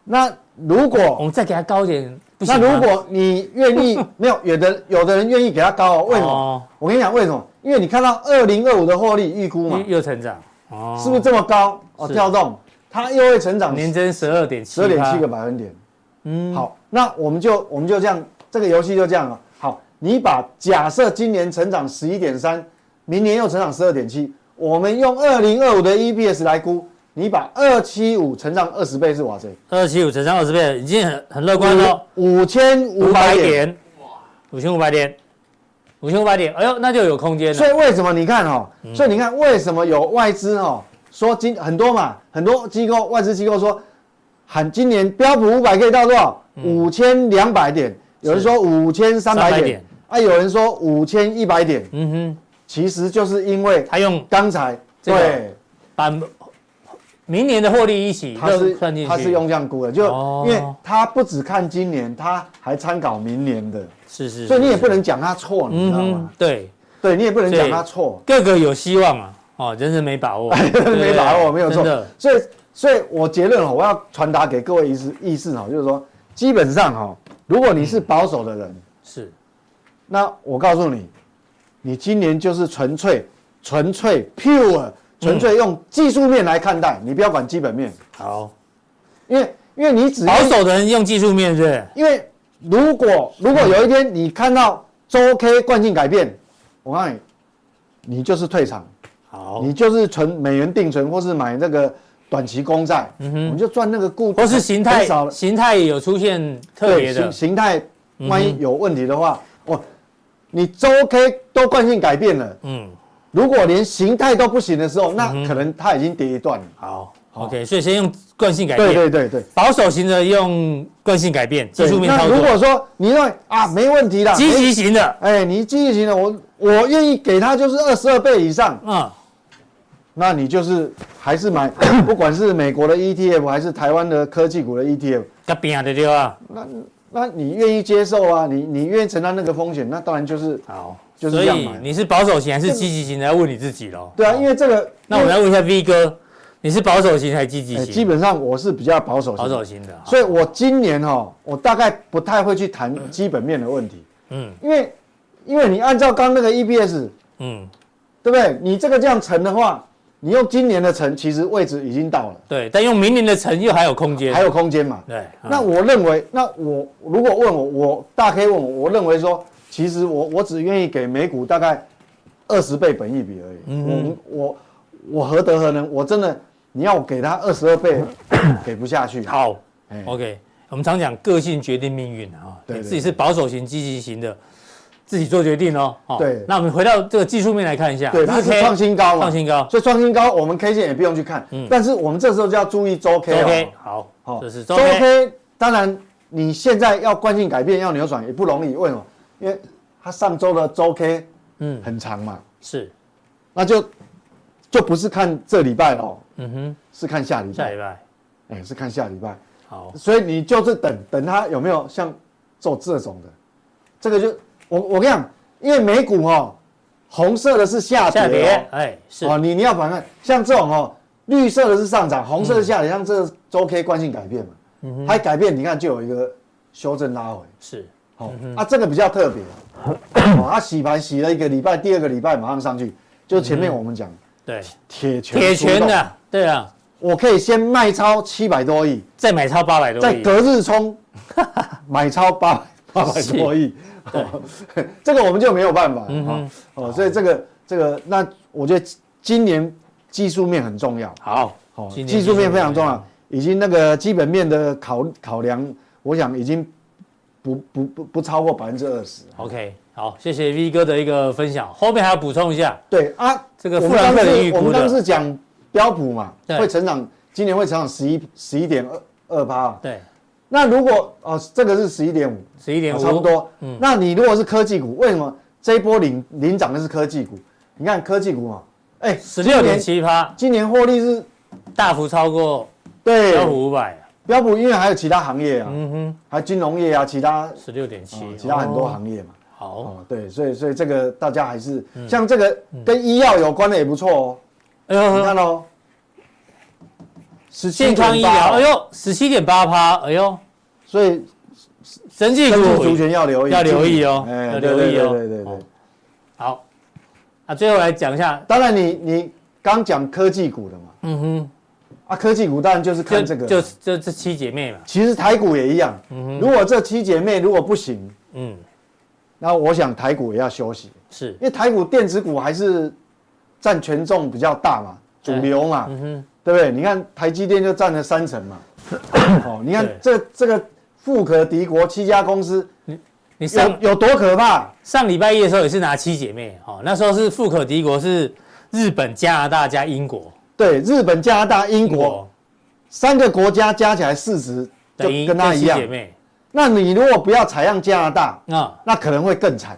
[SPEAKER 3] 那如
[SPEAKER 2] 我
[SPEAKER 3] 果
[SPEAKER 2] 们再给它高一点，不
[SPEAKER 3] 那
[SPEAKER 2] 行吗
[SPEAKER 3] 如果你 愿意没有，有的有的人愿意给它高、哦，为什么？
[SPEAKER 2] 哦
[SPEAKER 3] 我跟你讲为什么？因为你看到二零二五的获利预估嘛
[SPEAKER 2] 又，又成长，哦，
[SPEAKER 3] 是不是这么高哦？
[SPEAKER 2] 嗯是
[SPEAKER 3] 跳动，它又会成长
[SPEAKER 2] 年增十二点七，
[SPEAKER 3] 十二点七个，百分点。
[SPEAKER 2] 嗯，
[SPEAKER 3] 好，那我们就我们就这样，这个游戏就这样了。好，你把假设今年成长十一点三，明年又成长十二点七，我们用二零二五的 EPS 来估，你把二七五乘上二十倍是多少钱？
[SPEAKER 2] 二七五乘上二十倍，已经很很乐观了，
[SPEAKER 3] 五千五百点。
[SPEAKER 2] 点，五千五百点，五千五百点，哎呦，那就有空间
[SPEAKER 3] 所以
[SPEAKER 2] 了，
[SPEAKER 3] 为什么你看哈、
[SPEAKER 2] 嗯
[SPEAKER 3] 所以你看为什么有外资哦说今很多嘛，很多机构外资机构说喊今年标普五百可以到多少？
[SPEAKER 2] 嗯
[SPEAKER 3] 五千两百点，有人说五千三百
[SPEAKER 2] 300
[SPEAKER 3] 点
[SPEAKER 2] 点，
[SPEAKER 3] 啊，有人说五千一百点。
[SPEAKER 2] 嗯哼，
[SPEAKER 3] 其实就是因为
[SPEAKER 2] 他用
[SPEAKER 3] 刚才
[SPEAKER 2] 这个
[SPEAKER 3] 对，
[SPEAKER 2] 把明年的获利一起
[SPEAKER 3] 他是
[SPEAKER 2] 算进去，
[SPEAKER 3] 他是用这样估的，就
[SPEAKER 2] 哦
[SPEAKER 3] 因为他不只看今年，他还参考明年的，
[SPEAKER 2] 是是，
[SPEAKER 3] 所以你也不
[SPEAKER 2] 能，
[SPEAKER 3] 能讲他错，
[SPEAKER 2] 嗯
[SPEAKER 3] 你知道
[SPEAKER 2] 哼
[SPEAKER 3] 吗？，
[SPEAKER 2] 对，
[SPEAKER 3] 对你也不能讲他错，
[SPEAKER 2] 各个有希望啊，哦，人人没把握，
[SPEAKER 3] 没把握，没有
[SPEAKER 2] 真
[SPEAKER 3] 错
[SPEAKER 2] 的。
[SPEAKER 3] 所以，所以我结论哦，我要传达给各位意思意思哈，就是说，基本上哈，如果你是保守的
[SPEAKER 2] 嗯
[SPEAKER 3] 人，
[SPEAKER 2] 是
[SPEAKER 3] 那我告诉你，你今年就是纯粹、纯粹 pure、纯粹用技术面来看
[SPEAKER 2] 嗯
[SPEAKER 3] 待，你不要管基本面，
[SPEAKER 2] 好，
[SPEAKER 3] 因为因为你只要
[SPEAKER 2] 保守的人用技术面对，
[SPEAKER 3] 因为如果如果有一天你看到周 K 惯性改变，我告诉你，你就是退场，
[SPEAKER 2] 好，
[SPEAKER 3] 你就是存美元定存，或是买那个短期公债，我们就赚那个固，
[SPEAKER 2] 嗯或是形态
[SPEAKER 3] 很少
[SPEAKER 2] 形态有出现特
[SPEAKER 3] 对
[SPEAKER 2] 别
[SPEAKER 3] 形
[SPEAKER 2] 的，嗯
[SPEAKER 3] 形态，万一有问题的话，哦，你周 K 都惯性改变了，
[SPEAKER 2] 嗯，
[SPEAKER 3] 如果连形态都不行的时候，那可能它已经跌一段了。
[SPEAKER 2] 好，OK，所以先用惯性改
[SPEAKER 3] 对
[SPEAKER 2] 变，
[SPEAKER 3] 对对对，
[SPEAKER 2] 保守型的用惯性改变，技
[SPEAKER 3] 对
[SPEAKER 2] 术面
[SPEAKER 3] 那
[SPEAKER 2] 操
[SPEAKER 3] 如
[SPEAKER 2] 作，
[SPEAKER 3] 果说你认为啊没问题啦，
[SPEAKER 2] 积
[SPEAKER 3] 没
[SPEAKER 2] 极型的，
[SPEAKER 3] 哎，你积极型的，我我愿意给他就是二十二倍以上，
[SPEAKER 2] 嗯，
[SPEAKER 3] 那你就是还是买， 不管是美国的 ETF 还是台湾的科技股的 E ETF，
[SPEAKER 2] 跟边的对啊，
[SPEAKER 3] 那你愿意接受啊，你你愿意承担那个风险，那当然就是
[SPEAKER 2] 好，
[SPEAKER 3] 就是
[SPEAKER 2] 所
[SPEAKER 3] 这样
[SPEAKER 2] 以
[SPEAKER 3] 买。
[SPEAKER 2] 你是保守型还是积极型的，要问你自己喽。
[SPEAKER 3] 对啊，因为这个，
[SPEAKER 2] 那我们
[SPEAKER 3] 因
[SPEAKER 2] 来问一下 V 哥，你是保守型还是积极
[SPEAKER 3] 为、哎
[SPEAKER 2] 型？
[SPEAKER 3] 基本上我是比较保守型，
[SPEAKER 2] 保守型的，
[SPEAKER 3] 所以我今年哈、哦，我大概不太会去谈基本面的问题，
[SPEAKER 2] 嗯
[SPEAKER 3] 因为因为你按照刚那个 EPS，
[SPEAKER 2] 嗯，
[SPEAKER 3] 对不对？你这个这样乘的话，你用今年的乘，其实位置已经到了，
[SPEAKER 2] 对，但用明年的乘又还有空间，
[SPEAKER 3] 还有空间嘛。
[SPEAKER 2] 对，啊
[SPEAKER 3] 那我认为，那我如果问我，我大可以问我，我认为说，其实我我只愿意给美股大概二十倍本益比而已。
[SPEAKER 2] 嗯
[SPEAKER 3] 我我我何德何能？我真的你要我给他二十 二倍，给不下去。，
[SPEAKER 2] 好
[SPEAKER 3] 哎
[SPEAKER 2] ，OK，我们常讲个性决定命运啊，
[SPEAKER 3] 对
[SPEAKER 2] 你
[SPEAKER 3] 对
[SPEAKER 2] 自己是保守型、积极型的，自己做决定哦。哦
[SPEAKER 3] 对
[SPEAKER 2] 那我们回到这个技术面来看一下，
[SPEAKER 3] 对，它是
[SPEAKER 2] 4K
[SPEAKER 3] 创新高嘛，啊
[SPEAKER 2] 创新高
[SPEAKER 3] 所以创新高我们 K 线也不用去看，
[SPEAKER 2] 嗯
[SPEAKER 3] 但是我们这时候就要注意周 K 哦。
[SPEAKER 2] ，OK，好，
[SPEAKER 3] 好，
[SPEAKER 2] 这是周
[SPEAKER 3] 周
[SPEAKER 2] K，
[SPEAKER 3] K，当然你现在要惯性改变、要扭转也不容易，为什么？因为它上周的周 K
[SPEAKER 2] 嗯，
[SPEAKER 3] 很长嘛，
[SPEAKER 2] 是，
[SPEAKER 3] 那就就不是看这礼拜喽，
[SPEAKER 2] 嗯哼，
[SPEAKER 3] 是看下礼
[SPEAKER 2] 下
[SPEAKER 3] 拜
[SPEAKER 2] 礼，拜，
[SPEAKER 3] 哎、是看下礼拜。
[SPEAKER 2] 好，
[SPEAKER 3] 所以你就是等等它有没有像做这种的，这个就我我跟你讲，因为美股哦，红色的是下跌、哦，
[SPEAKER 2] 下跌，哎，是，
[SPEAKER 3] 哦，你你要反看，像这种哦，绿色的是上涨，红色的
[SPEAKER 2] 嗯
[SPEAKER 3] 下跌，像这个周 K 惯性改变嘛，它一改变，你看就有一个修正拉回，
[SPEAKER 2] 是，
[SPEAKER 3] 好、啊，这个比 较特别，哦，它洗盘洗了一个礼拜，第二个礼拜马上上去，就前
[SPEAKER 2] 嗯
[SPEAKER 3] 面我们讲
[SPEAKER 2] 对，
[SPEAKER 3] 铁拳，
[SPEAKER 2] 铁拳，的，对啊，
[SPEAKER 3] 我可以先卖超七百多亿，
[SPEAKER 2] 再买超八百多
[SPEAKER 3] 在
[SPEAKER 2] 亿，
[SPEAKER 3] 隔 日冲买超八八百多亿，哦 这个我们就没有办法
[SPEAKER 2] 嗯哼
[SPEAKER 3] 哦哦，所以这个这个，那我觉得今年技术面很重要。
[SPEAKER 2] 好，
[SPEAKER 3] 好，
[SPEAKER 2] 今年
[SPEAKER 3] 技术面非常重要，已经那个基本面的考考量，我想已经不不不不超过百分之二十。
[SPEAKER 2] ，OK，好，谢谢 V 哥的一个分享，后面还要补充一下
[SPEAKER 3] 对啊，
[SPEAKER 2] 这个
[SPEAKER 3] 我
[SPEAKER 2] 富
[SPEAKER 3] 们
[SPEAKER 2] 兰
[SPEAKER 3] 当
[SPEAKER 2] 克林
[SPEAKER 3] 时
[SPEAKER 2] 预
[SPEAKER 3] 我
[SPEAKER 2] 估
[SPEAKER 3] 们当
[SPEAKER 2] 的，
[SPEAKER 3] 时讲标普嘛，
[SPEAKER 2] 对
[SPEAKER 3] 会成长，今年会成长十一十一点二二趴。
[SPEAKER 2] 对，
[SPEAKER 3] 那如果哦，这个是十一点五，
[SPEAKER 2] 十一点
[SPEAKER 3] 哦
[SPEAKER 2] 五，
[SPEAKER 3] 差不多。
[SPEAKER 2] 嗯
[SPEAKER 3] 那你如果是科技股，为什么这一波领领涨的是科技股？你看科技股嘛，哎，
[SPEAKER 2] 十六点七趴，
[SPEAKER 3] 今年获利是
[SPEAKER 2] 大幅超过
[SPEAKER 3] 对
[SPEAKER 2] 标普五百，
[SPEAKER 3] 标普，因为还有其他行业啊，
[SPEAKER 2] 嗯哼，
[SPEAKER 3] 还有金融业啊，其他
[SPEAKER 2] 十六点七
[SPEAKER 3] 哦，其他很多
[SPEAKER 2] 哦
[SPEAKER 3] 行业嘛。
[SPEAKER 2] 好，
[SPEAKER 3] 哦，对，所以所以这个大家还是像这个跟医药有关的也不错哦，
[SPEAKER 2] 哎呦
[SPEAKER 3] 你看哦，17.8
[SPEAKER 2] 健康医疗，哎
[SPEAKER 3] 哦
[SPEAKER 2] 呦，十七点八趴，哎呦，
[SPEAKER 3] 所以
[SPEAKER 2] 神技
[SPEAKER 3] 根据族
[SPEAKER 2] 股
[SPEAKER 3] 群要留意，
[SPEAKER 2] 要留意哦
[SPEAKER 3] 哎，
[SPEAKER 2] 要
[SPEAKER 3] 对
[SPEAKER 2] 留意哦
[SPEAKER 3] 对对对对对
[SPEAKER 2] 哦。好，啊，最后来讲一下，
[SPEAKER 3] 当然你你刚讲科技股的嘛，
[SPEAKER 2] 嗯哼，
[SPEAKER 3] 啊，科技股当然就是
[SPEAKER 2] 就
[SPEAKER 3] 看这个，
[SPEAKER 2] 就就这七姐妹嘛，
[SPEAKER 3] 其实台股也一样，
[SPEAKER 2] 嗯
[SPEAKER 3] 如
[SPEAKER 2] 哼，
[SPEAKER 3] 果这七姐妹如果不行，
[SPEAKER 2] 嗯，
[SPEAKER 3] 那我想台股也要休息，
[SPEAKER 2] 是
[SPEAKER 3] 因，为台股电子股还是占权重比较大嘛，主
[SPEAKER 2] 对
[SPEAKER 3] 流嘛，
[SPEAKER 2] 嗯哼，
[SPEAKER 3] 对不对？你看台积电就占了三成 嘛，哦，你看这这个富可敌国七家公司
[SPEAKER 2] 你上
[SPEAKER 3] 有有多可怕？
[SPEAKER 2] 上礼拜一的时候也是拿七姐妹，哦，那时候是富可敌国，是日本、加拿大加英国，
[SPEAKER 3] 对，日本、加拿大、英
[SPEAKER 2] 英
[SPEAKER 3] 国三个国家加起来市值就
[SPEAKER 2] 等于
[SPEAKER 3] 跟它
[SPEAKER 2] 这
[SPEAKER 3] 一
[SPEAKER 2] 七
[SPEAKER 3] 样
[SPEAKER 2] 姐。妹，
[SPEAKER 3] 那你如果不要采样加拿大，
[SPEAKER 2] 啊
[SPEAKER 3] 那可能会更惨，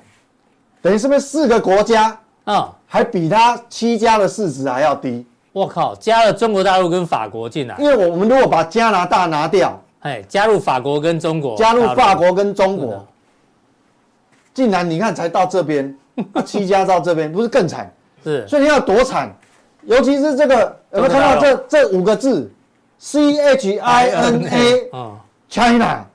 [SPEAKER 3] 等于是不是四个国家
[SPEAKER 2] 啊，
[SPEAKER 3] 还比它七家的市值还要低？
[SPEAKER 2] 我靠，加了中国大陆跟法国进来
[SPEAKER 3] 因，为我们如果把加拿大拿掉，
[SPEAKER 2] 哎，加入法国跟中国，
[SPEAKER 3] 加入法
[SPEAKER 2] 哦大陆，
[SPEAKER 3] 国跟中
[SPEAKER 2] 是
[SPEAKER 3] 国
[SPEAKER 2] 的，
[SPEAKER 3] 竟然你看才到这边，七家到这边不是更惨？
[SPEAKER 2] 是
[SPEAKER 3] 所以你要多惨，尤其是这个有没有看到这这五个字？C H I N A
[SPEAKER 2] 啊，
[SPEAKER 3] China，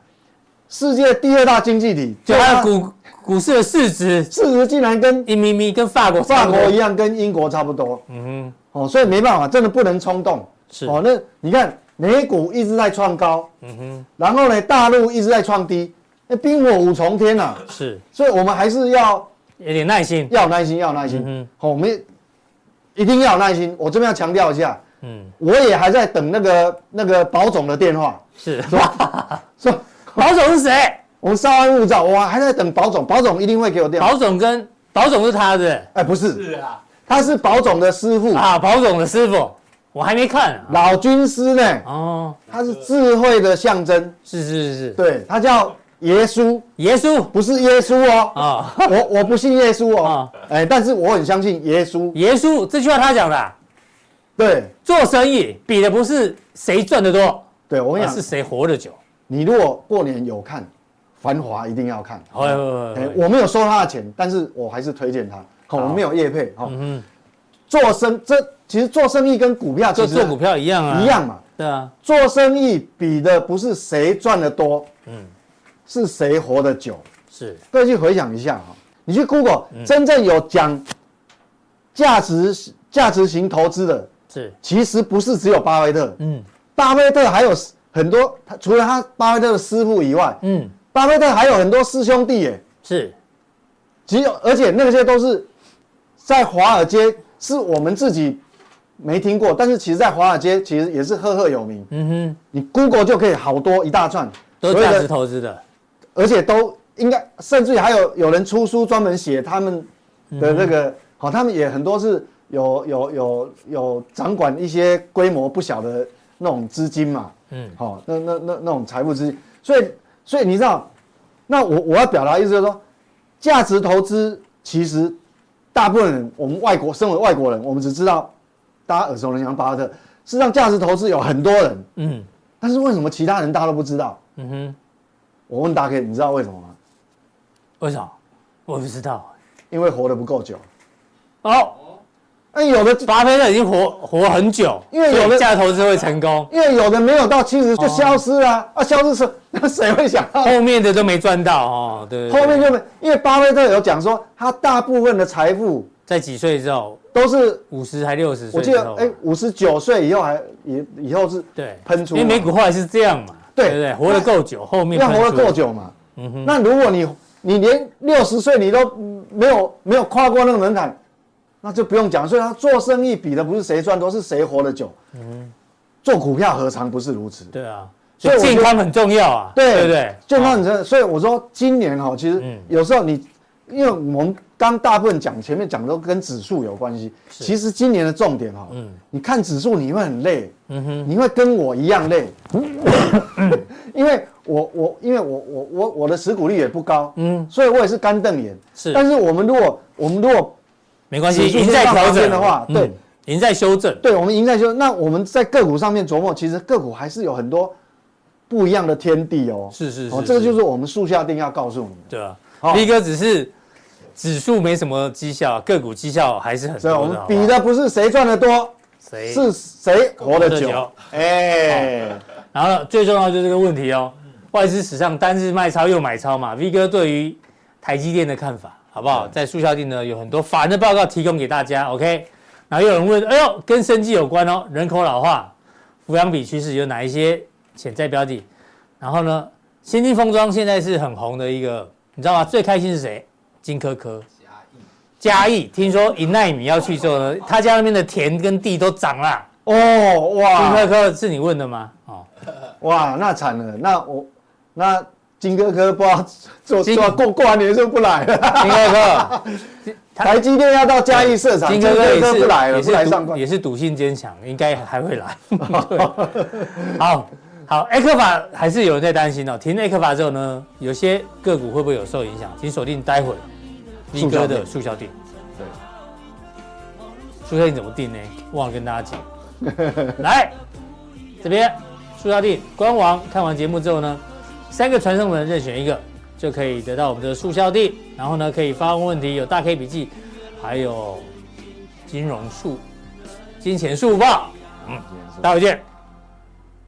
[SPEAKER 3] 世界第二大经济体，
[SPEAKER 2] 就它的
[SPEAKER 3] 它
[SPEAKER 2] 股股市的市值
[SPEAKER 3] 市值竟然跟
[SPEAKER 2] 一咪咪跟法国差
[SPEAKER 3] 法
[SPEAKER 2] 不
[SPEAKER 3] 国
[SPEAKER 2] 多
[SPEAKER 3] 一，样，跟英国差不多
[SPEAKER 2] 嗯
[SPEAKER 3] 哦，所以没办法，真的不能冲动
[SPEAKER 2] 是
[SPEAKER 3] 哦。那你看美股一直在创高，
[SPEAKER 2] 哼，嗯哼。
[SPEAKER 3] 然后呢大陆一直在创低，那冰火五重天啊，
[SPEAKER 2] 是
[SPEAKER 3] 所以我们还是要
[SPEAKER 2] 有点耐心。
[SPEAKER 3] 要有耐心，要有耐心。哦
[SPEAKER 2] 嗯
[SPEAKER 3] 好、我们一定要有耐心。我这边要强调一下，
[SPEAKER 2] 嗯，
[SPEAKER 3] 我也还在等那个那个保总的电话，
[SPEAKER 2] 是。
[SPEAKER 3] 是吧？说
[SPEAKER 2] 保总是谁？
[SPEAKER 3] 我们稍安勿躁，我还在等保总，保总一定会给我电话。
[SPEAKER 2] 保总跟保总是他的
[SPEAKER 3] 哎，不是，
[SPEAKER 5] 是啊，
[SPEAKER 3] 他是保总的师傅，
[SPEAKER 2] 啊，保总的师傅，我还没看啊。
[SPEAKER 3] 老军师呢，
[SPEAKER 2] 哦，
[SPEAKER 3] 他是智慧的象征，
[SPEAKER 2] 是是是是，
[SPEAKER 3] 对他叫耶稣，
[SPEAKER 2] 耶稣
[SPEAKER 3] 不是耶稣哦，
[SPEAKER 2] 啊
[SPEAKER 3] 我我不信耶稣哦
[SPEAKER 2] 啊，
[SPEAKER 3] 哎，但是我很相信耶稣，
[SPEAKER 2] 耶稣这句话他讲的啊，
[SPEAKER 3] 对
[SPEAKER 2] 做生意比的不是谁赚得多，
[SPEAKER 3] 对，我跟
[SPEAKER 2] 而
[SPEAKER 3] 你
[SPEAKER 2] 啊是
[SPEAKER 3] 讲，
[SPEAKER 2] 谁活得久。
[SPEAKER 3] 你如果过年有看《繁华》，一定要看。
[SPEAKER 2] 会会
[SPEAKER 3] 哎
[SPEAKER 2] 会，会，
[SPEAKER 3] 我没有收他的钱，但是我还是推荐他。好，我没有业配。好，
[SPEAKER 2] 嗯
[SPEAKER 3] 做生这其实做生意跟股票
[SPEAKER 2] 哼，就
[SPEAKER 3] 其实
[SPEAKER 2] 做股票一样啊，
[SPEAKER 3] 一样嘛。
[SPEAKER 2] 对啊，
[SPEAKER 3] 做生意比的不是谁赚的多，
[SPEAKER 2] 嗯，
[SPEAKER 3] 是谁活得久。
[SPEAKER 2] 是
[SPEAKER 3] 各位去回想一下哈，你去 Google
[SPEAKER 2] 嗯
[SPEAKER 3] 真正有讲价值价值型投资的，
[SPEAKER 2] 是，
[SPEAKER 3] 其实不是只有巴菲特，
[SPEAKER 2] 嗯
[SPEAKER 3] 巴菲特还有很多，他除了他巴菲特的师傅以外，
[SPEAKER 2] 嗯
[SPEAKER 3] 巴菲特还有很多师兄弟耶。
[SPEAKER 2] 是，
[SPEAKER 3] 只有而且那些都是在华尔街，是我们自己没听过，但是其实，在华尔街其实也是赫赫有名。
[SPEAKER 2] 嗯哼，
[SPEAKER 3] 你 Google 就可以好多一大串，
[SPEAKER 2] 都
[SPEAKER 3] 所
[SPEAKER 2] 是
[SPEAKER 3] 有
[SPEAKER 2] 价
[SPEAKER 3] 的
[SPEAKER 2] 值投资的，
[SPEAKER 3] 而且都应该，甚至于还有有人出书专门写他们的那个，好、他们也很多是有有有有掌管一些规模不小的那种资金嘛，
[SPEAKER 2] 嗯
[SPEAKER 3] 好、那那那那种财富资金，所以所以你知道，那我我要表达的意思就是说，价值投资其实大部分人，我们外国身为外国人，我们只知道大家耳熟能详巴菲特，事实上价值投资有很多人，
[SPEAKER 2] 嗯
[SPEAKER 3] 但是为什么其他人大家都不知道？
[SPEAKER 2] 嗯哼，
[SPEAKER 3] 我问大 K，你知道为什么吗？
[SPEAKER 2] 为什么？我不知道。
[SPEAKER 3] 因为活得不够久。
[SPEAKER 2] 哦，
[SPEAKER 3] 那有的，
[SPEAKER 2] 巴菲特已经活活很久，
[SPEAKER 3] 因为有的
[SPEAKER 2] 所以价投资会成功，
[SPEAKER 3] 因为有的没有到七
[SPEAKER 2] 哦
[SPEAKER 3] 十就消失了啊，啊消失是 那谁会想到
[SPEAKER 2] 后面的都没赚到哦。对
[SPEAKER 3] 后面就没？因为巴菲特有讲说，他大部分的财富
[SPEAKER 2] 在几岁之后，啊
[SPEAKER 3] 都是
[SPEAKER 2] 五十还六十
[SPEAKER 3] 我
[SPEAKER 2] 岁
[SPEAKER 3] 记
[SPEAKER 2] 之
[SPEAKER 3] 得
[SPEAKER 2] 后，
[SPEAKER 3] 哎五十九岁以后还以以后是
[SPEAKER 2] 对，
[SPEAKER 3] 喷出
[SPEAKER 2] 因
[SPEAKER 3] 嘛，
[SPEAKER 2] 为美股后来是这样嘛，
[SPEAKER 3] 对
[SPEAKER 2] 对不对？活得够久，后面
[SPEAKER 3] 要
[SPEAKER 2] 喷出嗯
[SPEAKER 3] 活得够，久嘛。那如果你你连六十岁你都嗯没有没有跨过那个门槛，那就不用讲。所以他做生意比的不是谁赚多，是谁活得久。
[SPEAKER 2] 嗯
[SPEAKER 3] 做股票何尝不是如此？
[SPEAKER 2] 对啊，
[SPEAKER 3] 所
[SPEAKER 2] 所以
[SPEAKER 3] 以我觉得
[SPEAKER 2] 健康很重要啊，
[SPEAKER 3] 对
[SPEAKER 2] 对不对？
[SPEAKER 3] 健康
[SPEAKER 2] 哦
[SPEAKER 3] 很重要，所以我说今年哈、其实
[SPEAKER 2] 嗯
[SPEAKER 3] 有时候你因为我们刚大部分讲前面讲都跟指数有关系，其实今年的重点哈，
[SPEAKER 2] 嗯
[SPEAKER 3] 你看指数你会很累，你会跟我一 样累，因为我我因为我我我我的持股率也不高，
[SPEAKER 2] 嗯
[SPEAKER 3] 所以我也是干瞪眼，
[SPEAKER 2] 是
[SPEAKER 3] 但是我们如果我们如果
[SPEAKER 2] 没关系，
[SPEAKER 3] 指数
[SPEAKER 2] 赢在
[SPEAKER 3] 先放
[SPEAKER 2] 调
[SPEAKER 3] 旁
[SPEAKER 2] 整
[SPEAKER 3] 边的话
[SPEAKER 2] 嗯
[SPEAKER 3] 对，
[SPEAKER 2] 赢在修正，
[SPEAKER 3] 对我们赢在就那我们在个股上面琢磨，其实个股还是有很多不一样的天地哦，
[SPEAKER 2] 是是
[SPEAKER 3] 哦
[SPEAKER 2] 是，
[SPEAKER 3] 这个就是我们树下定要告诉你的。
[SPEAKER 2] 对啊
[SPEAKER 3] 好
[SPEAKER 2] ，V 哥只是指数没什么绩效，个股绩效还是很
[SPEAKER 3] 所
[SPEAKER 2] 多的。
[SPEAKER 3] 以啊我们
[SPEAKER 2] 好不好
[SPEAKER 3] 比的不是谁赚的多，
[SPEAKER 2] 谁
[SPEAKER 3] 是谁
[SPEAKER 2] 活
[SPEAKER 3] 活得
[SPEAKER 2] 得
[SPEAKER 3] 久
[SPEAKER 2] 久。
[SPEAKER 3] 哎，
[SPEAKER 2] 然后最重要就是这个问题哦，外资史上单日卖超又买超嘛。V 哥对于台积电的看法好不好？在速效定呢有很多法人的报告提供给大家，OK。然后又有人问，哎呦，跟生计有关哦，人口老化、抚养比趋势有哪一些潜在标的？然后呢，先进封装现在是很红的一个，你知道吗？最开心是谁？金科科。
[SPEAKER 4] 嘉义
[SPEAKER 2] 嘉义听说一奈米要去之后呢，他家那边的田跟地都涨啦。
[SPEAKER 3] 哦
[SPEAKER 2] 金科
[SPEAKER 3] 哇
[SPEAKER 2] 科是你问的吗？ 哦，
[SPEAKER 3] 哇，那惨了，那我那金哥哥不知道做
[SPEAKER 2] 金
[SPEAKER 3] 做过过完年是不是不来了，
[SPEAKER 2] 金科科。他
[SPEAKER 3] 台积电要到嘉义市场，
[SPEAKER 2] 金
[SPEAKER 3] 金
[SPEAKER 2] 哥
[SPEAKER 3] 哥
[SPEAKER 2] 哥也
[SPEAKER 3] 哥
[SPEAKER 2] 是
[SPEAKER 3] 不来了，
[SPEAKER 2] 也
[SPEAKER 3] 不
[SPEAKER 2] 是
[SPEAKER 3] 来上
[SPEAKER 2] 赌
[SPEAKER 3] 班
[SPEAKER 2] 也。是赌性坚强，应该还会来。 对好好，艾克法还是有人在担心哦。停艾克法之后呢，有些个股会不会有受影响？请锁定待会力哥的速效定。
[SPEAKER 3] 对，
[SPEAKER 2] 速效定怎么定呢？忘了跟大家讲。 来，这边速效定官网看完节目之后呢，三个传送门任选一个，就可以得到我们的速效定。然后呢，可以发问问题，有大 K 笔记，还有金融速、金钱速报。嗯，待会见。